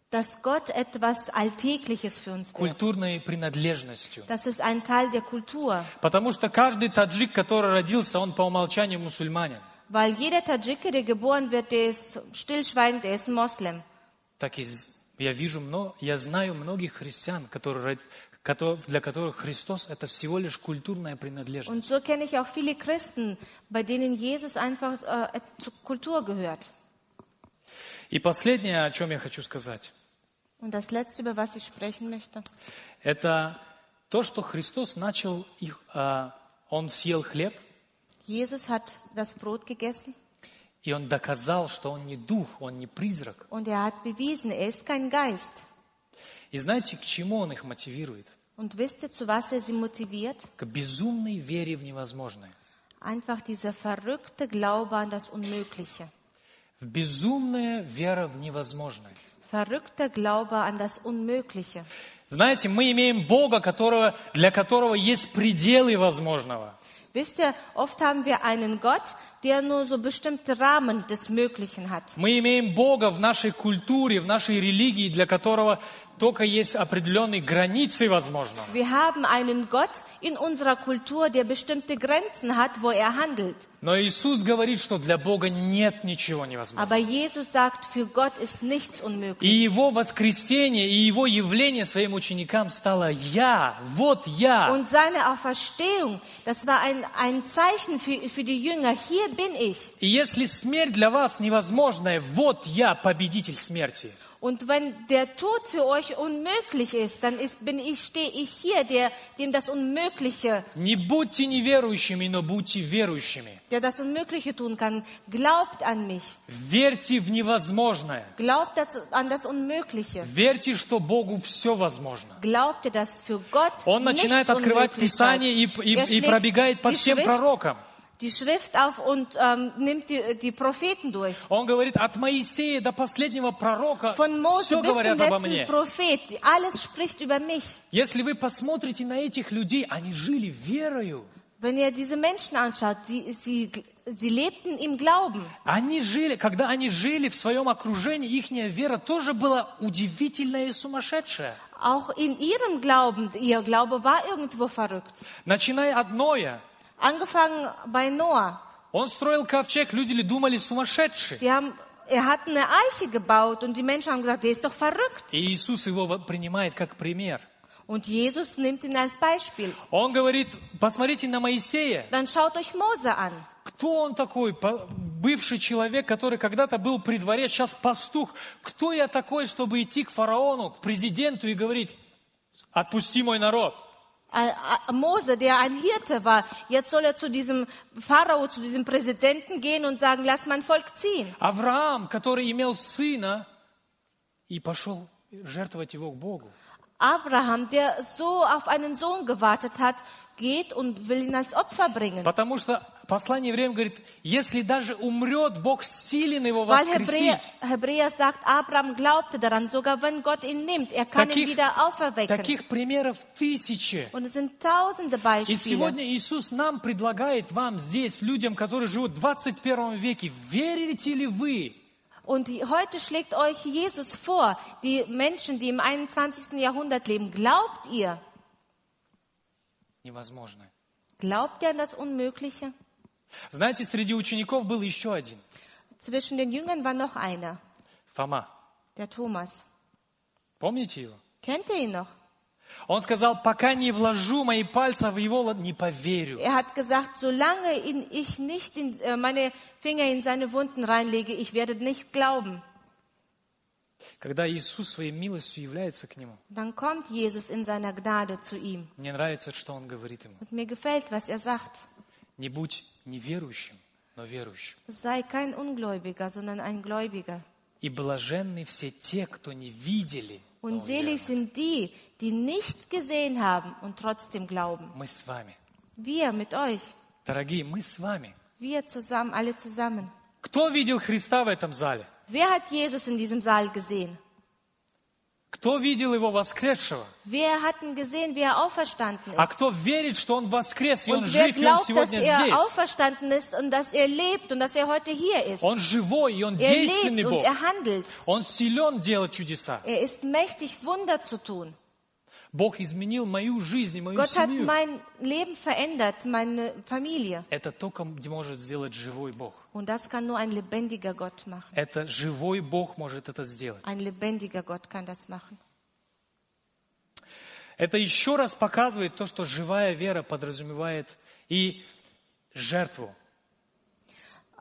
Speaker 2: dass Gott etwas Alltägliches für uns will.
Speaker 1: культурной принадлежностью.
Speaker 2: Das ist ein Teil der Kultur,
Speaker 1: Потому что каждый таджик, который родился, он по умолчанию мусульманин.
Speaker 2: weil jeder Tadschike, der geboren wird, der ist stillschweigend, der ist Moslem.
Speaker 1: Так и з- я вижу, мно- я знаю многих христиан, которые, род- кото- для которых Христос это всего лишь культурная принадлежность.
Speaker 2: Und so kenne ich auch viele Christen, bei denen Jesus einfach äh, zur Kultur gehört.
Speaker 1: И последнее, о чем я хочу сказать,
Speaker 2: Und das Letzte, über was ich sprechen möchte,
Speaker 1: это то, что Христос начал, их, а, он съел хлеб,
Speaker 2: Jesus hat das Brot gegessen
Speaker 1: и он доказал, что он не дух, он не призрак.
Speaker 2: und er hat bewiesen, er ist kein Geist.
Speaker 1: И знаете, к чему он их мотивирует?
Speaker 2: Und wisst ihr, zu was er sie motiviert?
Speaker 1: К безумной вере в невозможное.
Speaker 2: Einfach dieser verrückte Glaube an das Unmögliche.
Speaker 1: В безумная вера в невозможное.
Speaker 2: Verrückter Glaube an das Unmögliche.
Speaker 1: Знаете, мы имеем Бога, которого, для которого есть пределы возможного.
Speaker 2: Wisst ihr, oft haben wir einen Gott, der nur so bestimmte Rahmen des Möglichen hat.
Speaker 1: Мы имеем Бога в нашей культуре, в нашей религии, для которого только есть определенные границы возможного.
Speaker 2: Wir haben einen Gott in unserer Kultur, der bestimmte Grenzen hat, wo er handelt.
Speaker 1: Но Иисус говорит, что для Бога нет ничего невозможного.
Speaker 2: Aber Jesus sagt, für Gott ist nichts
Speaker 1: И
Speaker 2: unmöglich.
Speaker 1: Его воскресение, и Его явление своим ученикам стало «Я, вот Я».
Speaker 2: Und seine Auferstehung, das war ein, ein Zeichen für, für die Jünger, hier bin ich.
Speaker 1: И если смерть для вас невозможная, вот Я, победитель смерти.
Speaker 2: Und wenn der Tod für euch unmöglich ist, dann ist, bin ich, stehe ich hier, der, dem das Unmögliche,
Speaker 1: Не будьте неверующими, но будьте верующими.
Speaker 2: der das Unmögliche tun kann. Glaubt an mich.
Speaker 1: Верьте в невозможное.
Speaker 2: Glaubt das, an das Unmögliche.
Speaker 1: Верьте, что Bogу все возможно.
Speaker 2: Glaubt ihr, dass für Gott
Speaker 1: Он
Speaker 2: nichts
Speaker 1: начинает открывать
Speaker 2: unmöglich
Speaker 1: Писание и,
Speaker 2: sei?
Speaker 1: и-
Speaker 2: Er
Speaker 1: и
Speaker 2: schlägt
Speaker 1: пробегает по
Speaker 2: die
Speaker 1: всем
Speaker 2: Schrift-
Speaker 1: пророкам.
Speaker 2: Die Schrift auf und ähm, nimmt die, die Propheten durch.
Speaker 1: Он говорит, от Моисея до последнего пророка
Speaker 2: Von Mose
Speaker 1: все
Speaker 2: bis zum
Speaker 1: говорят обо мне.
Speaker 2: letzten Prophet, alles spricht über mich.
Speaker 1: Если вы посмотрите на этих людей, они жили верою.
Speaker 2: Wenn ihr diese Menschen anschaut, sie, sie, sie lebten im Glauben.
Speaker 1: Они жили, когда они жили в своем окружении, их вера тоже была удивительная и сумасшедшая.
Speaker 2: Auch in ihrem Glauben, ihr Glaube war irgendwo verrückt.
Speaker 1: Начиная от Ноя,
Speaker 2: Angefangen bei Noah.
Speaker 1: он строил ковчег, люди думали сумасшедший.
Speaker 2: Wir haben, er hat eine Eiche gebaut und die Menschen haben gesagt, der ist doch verrückt.
Speaker 1: И Иисус его во- принимает как пример.
Speaker 2: Und Jesus nimmt ihn als Beispiel.
Speaker 1: Он говорит, посмотрите на Моисея.
Speaker 2: Dann schaut euch Mose an.
Speaker 1: Кто он такой, По- бывший человек, который когда-то был при дворе, сейчас пастух? Кто я такой, чтобы идти к фараону, к президенту и говорить, отпусти мой народ?
Speaker 2: Äh, äh, Mose, der ein Hirte war, jetzt soll er zu diesem Pharao, zu diesem Präsidenten gehen und sagen, lass mein Volk ziehen.
Speaker 1: Авраам, который имел сына и пошел жертвовать его к Богу.
Speaker 2: Abraham, der so auf einen Sohn gewartet hat, geht und will ihn als Opfer bringen.
Speaker 1: Потому что послание Евреям говорит, если даже умрет, Бог силен его
Speaker 2: Weil Hebräer,
Speaker 1: воскресить.
Speaker 2: Hebräer sagt, Abraham glaubte daran, sogar wenn Gott ihn nimmt, er kann ihn
Speaker 1: Таких,
Speaker 2: wieder auferwecken.
Speaker 1: таких примеров тысячи.
Speaker 2: Und es sind tausende
Speaker 1: И
Speaker 2: Beispiele.
Speaker 1: сегодня Иисус нам предлагает вам здесь, людям, которые живут в 21 веке, верите ли вы,
Speaker 2: Und die- heute schlägt euch Jesus vor, die Menschen, die im 21. Jahrhundert leben, glaubt ihr?
Speaker 1: невозможно.
Speaker 2: Glaubt ihr an das Unmögliche?
Speaker 1: Знаете, среди учеников был еще один,
Speaker 2: Zwischen den Jüngern war noch einer,
Speaker 1: Фома.
Speaker 2: der Thomas.
Speaker 1: Помните его?
Speaker 2: Kennt ihr ihn noch?
Speaker 1: Он сказал, пока не вложу мои пальцы в его лад, не поверю.
Speaker 2: Er hat gesagt, solange ihn, ich nicht in, äh, meine Finger in seine Wunden reinlege, ich werde nicht glauben.
Speaker 1: Когда Иисус своей милостью является к нему,
Speaker 2: Dann kommt Jesus in seiner Gnade zu ihm.
Speaker 1: мне нравится, что он говорит ему.
Speaker 2: Und mir gefällt, was er sagt.
Speaker 1: Не будь неверующим, но верующим.
Speaker 2: Sei kein Ungläubiger, sondern ein Gläubiger.
Speaker 1: И блаженны все те, кто не видели. но
Speaker 2: Und selig
Speaker 1: уверовали.
Speaker 2: sind die, die nicht gesehen haben und trotzdem glauben.
Speaker 1: Мы с вами.
Speaker 2: Wir mit euch,
Speaker 1: Дорогие, мы с вами.
Speaker 2: wir zusammen, alle zusammen.
Speaker 1: Кто видел Христа в этом зале?
Speaker 2: Wer hat Jesus in diesem Saal gesehen?
Speaker 1: Кто видел Его воскресшего?
Speaker 2: Wer hat ihn gesehen, wie er auferstanden
Speaker 1: А
Speaker 2: ist?
Speaker 1: кто верит, что Он воскрес, и Он
Speaker 2: Und wer
Speaker 1: жив, и Он
Speaker 2: glaubt, dass
Speaker 1: сегодня здесь?
Speaker 2: er auferstanden ist und dass er lebt und dass er heute hier ist?
Speaker 1: Он живой, и э, Он
Speaker 2: Er
Speaker 1: действенный
Speaker 2: lebt
Speaker 1: Бог.
Speaker 2: und er handelt.
Speaker 1: Он силен делать чудеса.
Speaker 2: Er ist mächtig, Wunder zu tun.
Speaker 1: Бог изменил мою жизнь и мою
Speaker 2: Gott hat
Speaker 1: семью.
Speaker 2: mein Leben verändert, meine Familie.
Speaker 1: Это только может сделать живой Бог.
Speaker 2: Und das kann nur ein lebendiger Gott machen.
Speaker 1: Это живой Бог может это сделать.
Speaker 2: Ein lebendiger Gott kann das machen.
Speaker 1: Это еще раз показывает то, что живая вера подразумевает и жертву.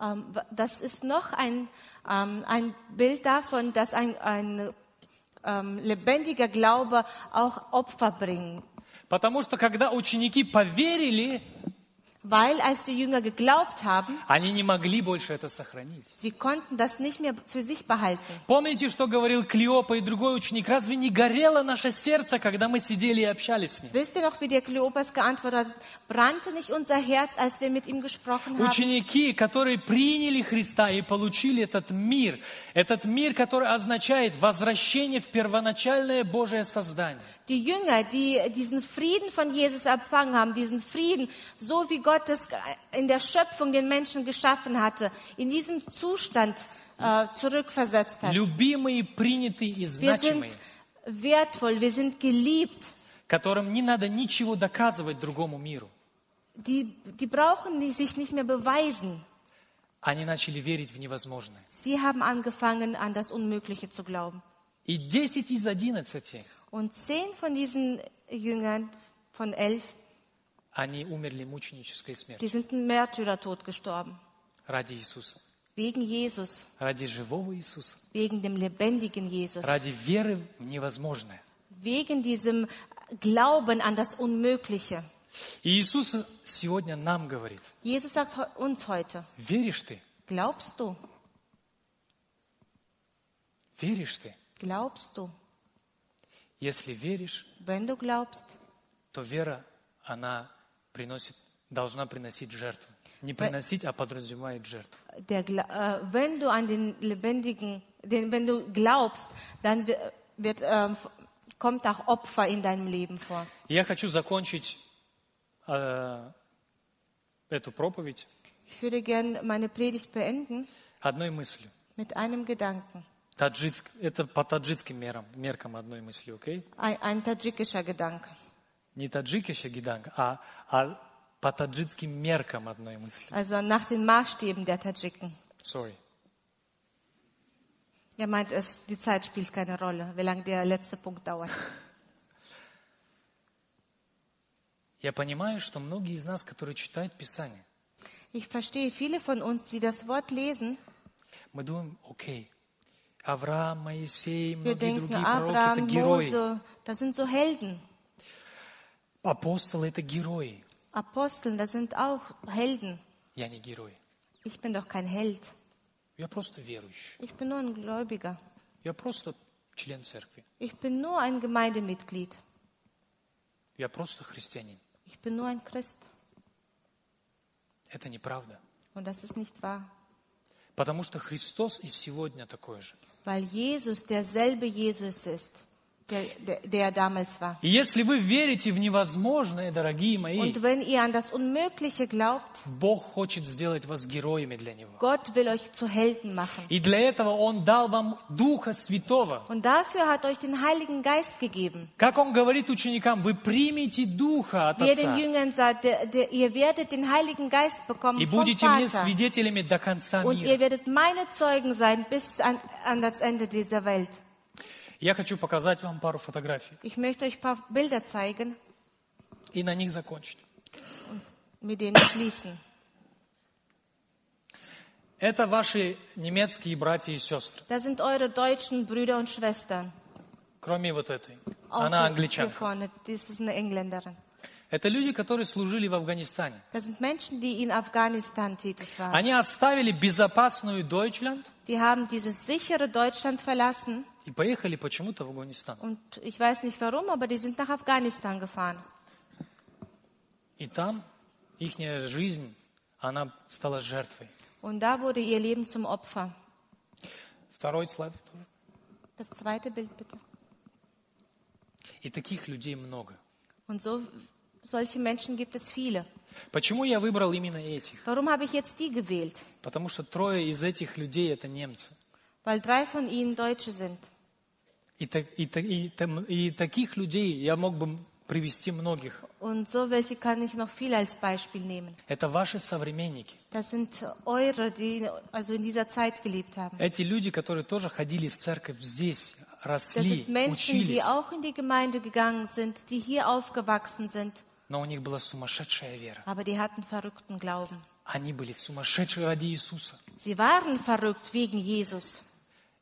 Speaker 2: Ähm, w- das ist noch ein, ähm, ein Bild davon, dass ein, ein ähm, lebendiger Glaube auch Opfer bringen.
Speaker 1: Потому что когда ученики поверили,
Speaker 2: Weil als die Jünger geglaubt haben,
Speaker 1: они не могли больше это сохранить.
Speaker 2: sie konnten das nicht mehr für sich behalten.
Speaker 1: Помните, что говорил Клеопа и другой ученик? Разве не горело наше сердце, когда мы сидели и общались с ним?
Speaker 2: Wisst ihr noch, wie der Kleopas geantwortet hat? Brannte nicht unser Herz, als wir mit ihm gesprochen haben?
Speaker 1: Ученики, которые приняли Христа и получили этот мир, этот мир, который означает возвращение в первоначальное Божие создание.
Speaker 2: Die Jünger, die diesen Frieden von Jesus empfangen haben, diesen Frieden, so wie Gott es in der Schöpfung den Menschen geschaffen hatte, in diesem Zustand äh, zurückversetzt hat.
Speaker 1: Любимые, принятые и
Speaker 2: Wir sind
Speaker 1: значимые,
Speaker 2: wertvoll, wir sind geliebt.
Speaker 1: которым не надо ничего доказывать другому миру.
Speaker 2: Die, die brauchen die sich nicht mehr beweisen.
Speaker 1: Они начали верить в невозможное.
Speaker 2: Sie haben angefangen, an das Unmögliche zu glauben.
Speaker 1: И 10 из 11,
Speaker 2: Und zehn von diesen Jüngern von elf,
Speaker 1: они умерли мученической смертью
Speaker 2: die sind im Märtyrertod gestorben.
Speaker 1: ради Иисуса,
Speaker 2: Wegen Jesus,
Speaker 1: ради живого Иисуса,
Speaker 2: wegen dem lebendigen Jesus.
Speaker 1: ради веры в невозможное.
Speaker 2: wegen diesem Glauben an das Unmögliche.
Speaker 1: И Иисус сегодня нам говорит,
Speaker 2: Jesus sagt he- uns heute,
Speaker 1: веришь ты,
Speaker 2: glaubst du,
Speaker 1: веришь ты.
Speaker 2: glaubst du,
Speaker 1: Если веришь,
Speaker 2: wenn du glaubst,
Speaker 1: то вера, она приносит, должна приносить жертву. Не приносить, а подразумевает жертву.
Speaker 2: der, Gla- äh, wenn du an den lebendigen, den, wenn du glaubst, dann wi- wird, ähm, f- kommt auch Opfer in deinem Leben vor.
Speaker 1: И Я хочу закончить э, эту проповедь
Speaker 2: Ich würde gerne meine Predigt beenden
Speaker 1: одной мыслью.
Speaker 2: mit einem Gedanken,
Speaker 1: Таджикск- это по таджикским мерам, меркам одной мысли, окей?
Speaker 2: ein, ein tadschikischer Gedanke.
Speaker 1: Не таджики Шагиданг, а, а по таджикским меркам одной мысли.
Speaker 2: Also nach den Maßstäben der Tadschiken.
Speaker 1: Sorry.
Speaker 2: Er meint, es, die Zeit spielt keine Rolle, wie lange der letzte Punkt dauert.
Speaker 1: Я понимаю, что многие из нас, которые читают Писание,
Speaker 2: Ich verstehe viele von uns, die das Wort lesen.
Speaker 1: мы думаем, окей, Авраам, Моисей,
Speaker 2: Wir
Speaker 1: многие
Speaker 2: denken,
Speaker 1: другие пророки – это
Speaker 2: Abraham,
Speaker 1: герои.
Speaker 2: Mose, das sind so Helden.
Speaker 1: Апостолы – это герои.
Speaker 2: Aposteln, das sind auch Helden.
Speaker 1: Я не герой.
Speaker 2: Ich bin doch kein Held.
Speaker 1: Я просто верующий.
Speaker 2: Ich bin nur ein Gläubiger.
Speaker 1: Я просто член церкви.
Speaker 2: Ich bin nur ein Gemeindemitglied.
Speaker 1: Я просто христианин.
Speaker 2: Ich bin nur ein Christ.
Speaker 1: Это неправда.
Speaker 2: Und das ist nicht wahr.
Speaker 1: Потому что Христос и сегодня такой же.
Speaker 2: Weil Jesus derselbe Jesus ist, der, der, der damals war.
Speaker 1: И если вы верите в невозможное, дорогие мои,
Speaker 2: Und wenn ihr an das Unmögliche glaubt,
Speaker 1: Бог хочет сделать вас героями для Него.
Speaker 2: Gott will euch zu Helden machen.
Speaker 1: И для этого Он дал вам Духа Святого.
Speaker 2: Und dafür hat euch den Heiligen Geist gegeben.
Speaker 1: Как Он говорит ученикам, вы примите Духа от
Speaker 2: Wie er den
Speaker 1: Отца
Speaker 2: Jüngern sagt, der, der, ihr werdet den Heiligen Geist bekommen
Speaker 1: и
Speaker 2: vom
Speaker 1: будете мне
Speaker 2: Vater
Speaker 1: свидетелями до конца
Speaker 2: und
Speaker 1: мира.
Speaker 2: ihr werdet meine Zeugen sein bis an, an das Ende dieser Welt.
Speaker 1: Я хочу показать вам пару фотографий
Speaker 2: Ich möchte euch ein paar Bilder zeigen,
Speaker 1: и на них закончить.
Speaker 2: mit denen schließen.
Speaker 1: Это ваши немецкие братья и сестры,
Speaker 2: Das sind eure deutschen Brüder und Schwestern.
Speaker 1: кроме вот этой.
Speaker 2: Außer
Speaker 1: Она
Speaker 2: hier
Speaker 1: англичанка.
Speaker 2: vorne, das ist eine Engländerin.
Speaker 1: Это люди, которые служили в Афганистане.
Speaker 2: Das sind Menschen, die in Afghanistan tätig waren.
Speaker 1: Они оставили безопасную Deutschland
Speaker 2: Die haben dieses sichere Deutschland verlassen
Speaker 1: и поехали почему-то в Афганистан.
Speaker 2: und ich weiß nicht warum, aber die sind nach Afghanistan gefahren.
Speaker 1: И там их жизнь, она стала жертвой.
Speaker 2: Und da wurde ihr Leben zum Opfer.
Speaker 1: Второй слайд тоже.
Speaker 2: Das zweite Bild bitte.
Speaker 1: И таких людей много.
Speaker 2: Und so, solche Menschen gibt es viele.
Speaker 1: Почему я выбрал именно этих?
Speaker 2: Warum habe ich jetzt die gewählt?
Speaker 1: Потому что трое из этих людей это немцы.
Speaker 2: Weil drei von ihnen Deutsche sind.
Speaker 1: И, так- и так- и там- и таких людей я мог бы привести многих.
Speaker 2: Und so welche kann ich noch viel als Beispiel nehmen.
Speaker 1: Это ваши современники.
Speaker 2: Das sind eure, die also in dieser Zeit gelebt haben.
Speaker 1: Эти люди, которые тоже ходили в церковь здесь,
Speaker 2: Das
Speaker 1: росли,
Speaker 2: sind Menschen, die
Speaker 1: учились,
Speaker 2: auch in die Gemeinde gegangen sind, die hier aufgewachsen sind,
Speaker 1: но у них была сумасшедшая вера.
Speaker 2: aber die hatten verrückten Glauben.
Speaker 1: Они были сумасшедшие ради Иисуса.
Speaker 2: Sie waren verrückt wegen Jesus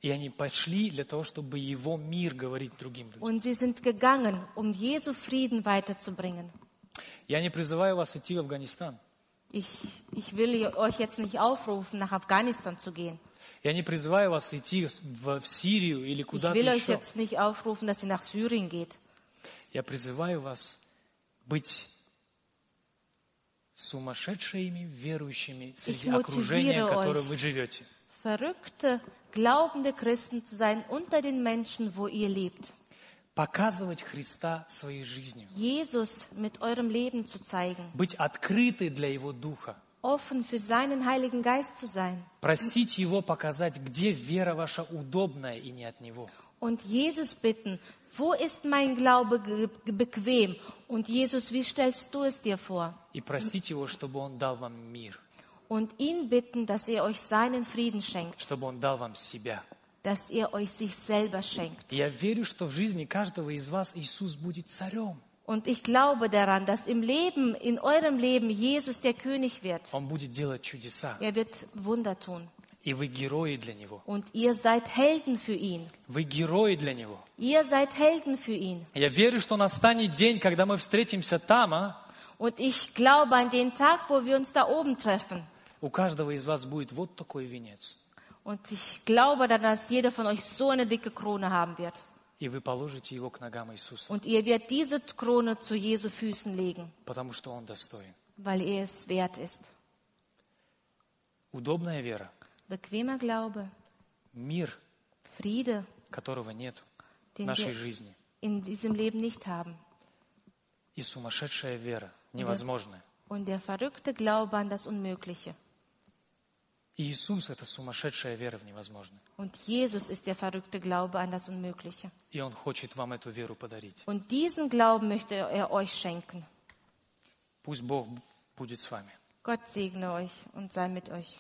Speaker 1: И они пошли для того, чтобы Его мир говорить другим людям.
Speaker 2: und sie sind gegangen, um Jesu Frieden weiterzubringen.
Speaker 1: Я не призываю вас идти в Афганистан.
Speaker 2: Ich, ich will euch jetzt nicht aufrufen, nach Afghanistan zu gehen.
Speaker 1: Я не призываю вас идти в, в Сирию или
Speaker 2: Ich
Speaker 1: куда-то
Speaker 2: will euch
Speaker 1: еще.
Speaker 2: jetzt nicht aufrufen, dass ihr nach Syrien geht.
Speaker 1: Я призываю вас быть сумасшедшими верующими среди
Speaker 2: Ich motiviere
Speaker 1: окружения, в котором
Speaker 2: euch.
Speaker 1: вы живете.
Speaker 2: Verrückte, glaubende Christen zu sein unter den Menschen, wo ihr lebt.
Speaker 1: Показывать Христа своей жизнью.
Speaker 2: Jesus mit eurem Leben zu zeigen.
Speaker 1: Быть открыты для Его Духа.
Speaker 2: Offen für seinen Heiligen Geist zu sein.
Speaker 1: Просить Его показать, где вера ваша удобная и не от Него.
Speaker 2: Und Jesus bitten, wo ist mein Glaube ge- ge- bequem? Und Jesus, wie stellst du es dir vor?
Speaker 1: И просить Его, чтобы Он дал вам мир,
Speaker 2: Und ihn bitten, dass er euch seinen Frieden schenkt,
Speaker 1: чтобы Он дал вам себя.
Speaker 2: dass er euch sich selber schenkt.
Speaker 1: И Я верю, что в жизни каждого из вас Иисус будет царем.
Speaker 2: Und ich glaube daran, dass im Leben, in eurem Leben Jesus der König wird.
Speaker 1: Он будет делать чудеса.
Speaker 2: Er wird Wunder tun.
Speaker 1: И вы герои для Него.
Speaker 2: Und ihr seid Helden für ihn.
Speaker 1: Вы герои для Него.
Speaker 2: Ihr seid Helden für ihn.
Speaker 1: Я верю, что настанет день, когда мы встретимся там, а
Speaker 2: Und ich glaube an den Tag, wo wir uns da oben treffen.
Speaker 1: у каждого из вас будет вот такой венец.
Speaker 2: Und ich glaube daran, dass jeder von euch so eine dicke Krone haben wird.
Speaker 1: И вы положите его к ногам Иисуса,
Speaker 2: Und ihr werdet diese Krone zu Jesu Füßen legen,
Speaker 1: потому что Он достоин.
Speaker 2: weil er es wert ist.
Speaker 1: Удобная вера,
Speaker 2: Bequemer Glaube,
Speaker 1: мир,
Speaker 2: Friede,
Speaker 1: которого нет в
Speaker 2: den
Speaker 1: нашей
Speaker 2: wir
Speaker 1: жизни,
Speaker 2: in diesem Leben nicht haben.
Speaker 1: и сумасшедшая вера, невозможная.
Speaker 2: Und der verrückte Glaube an das Unmögliche.
Speaker 1: И Иисус — это сумасшедшая вера в невозможное.
Speaker 2: Und Jesus ist der verrückte Glaube an das Unmögliche.
Speaker 1: И Он хочет вам эту веру подарить.
Speaker 2: Und diesen Glauben möchte er euch schenken.
Speaker 1: Пусть Бог будет с вами.
Speaker 2: Gott segne euch und sei mit euch.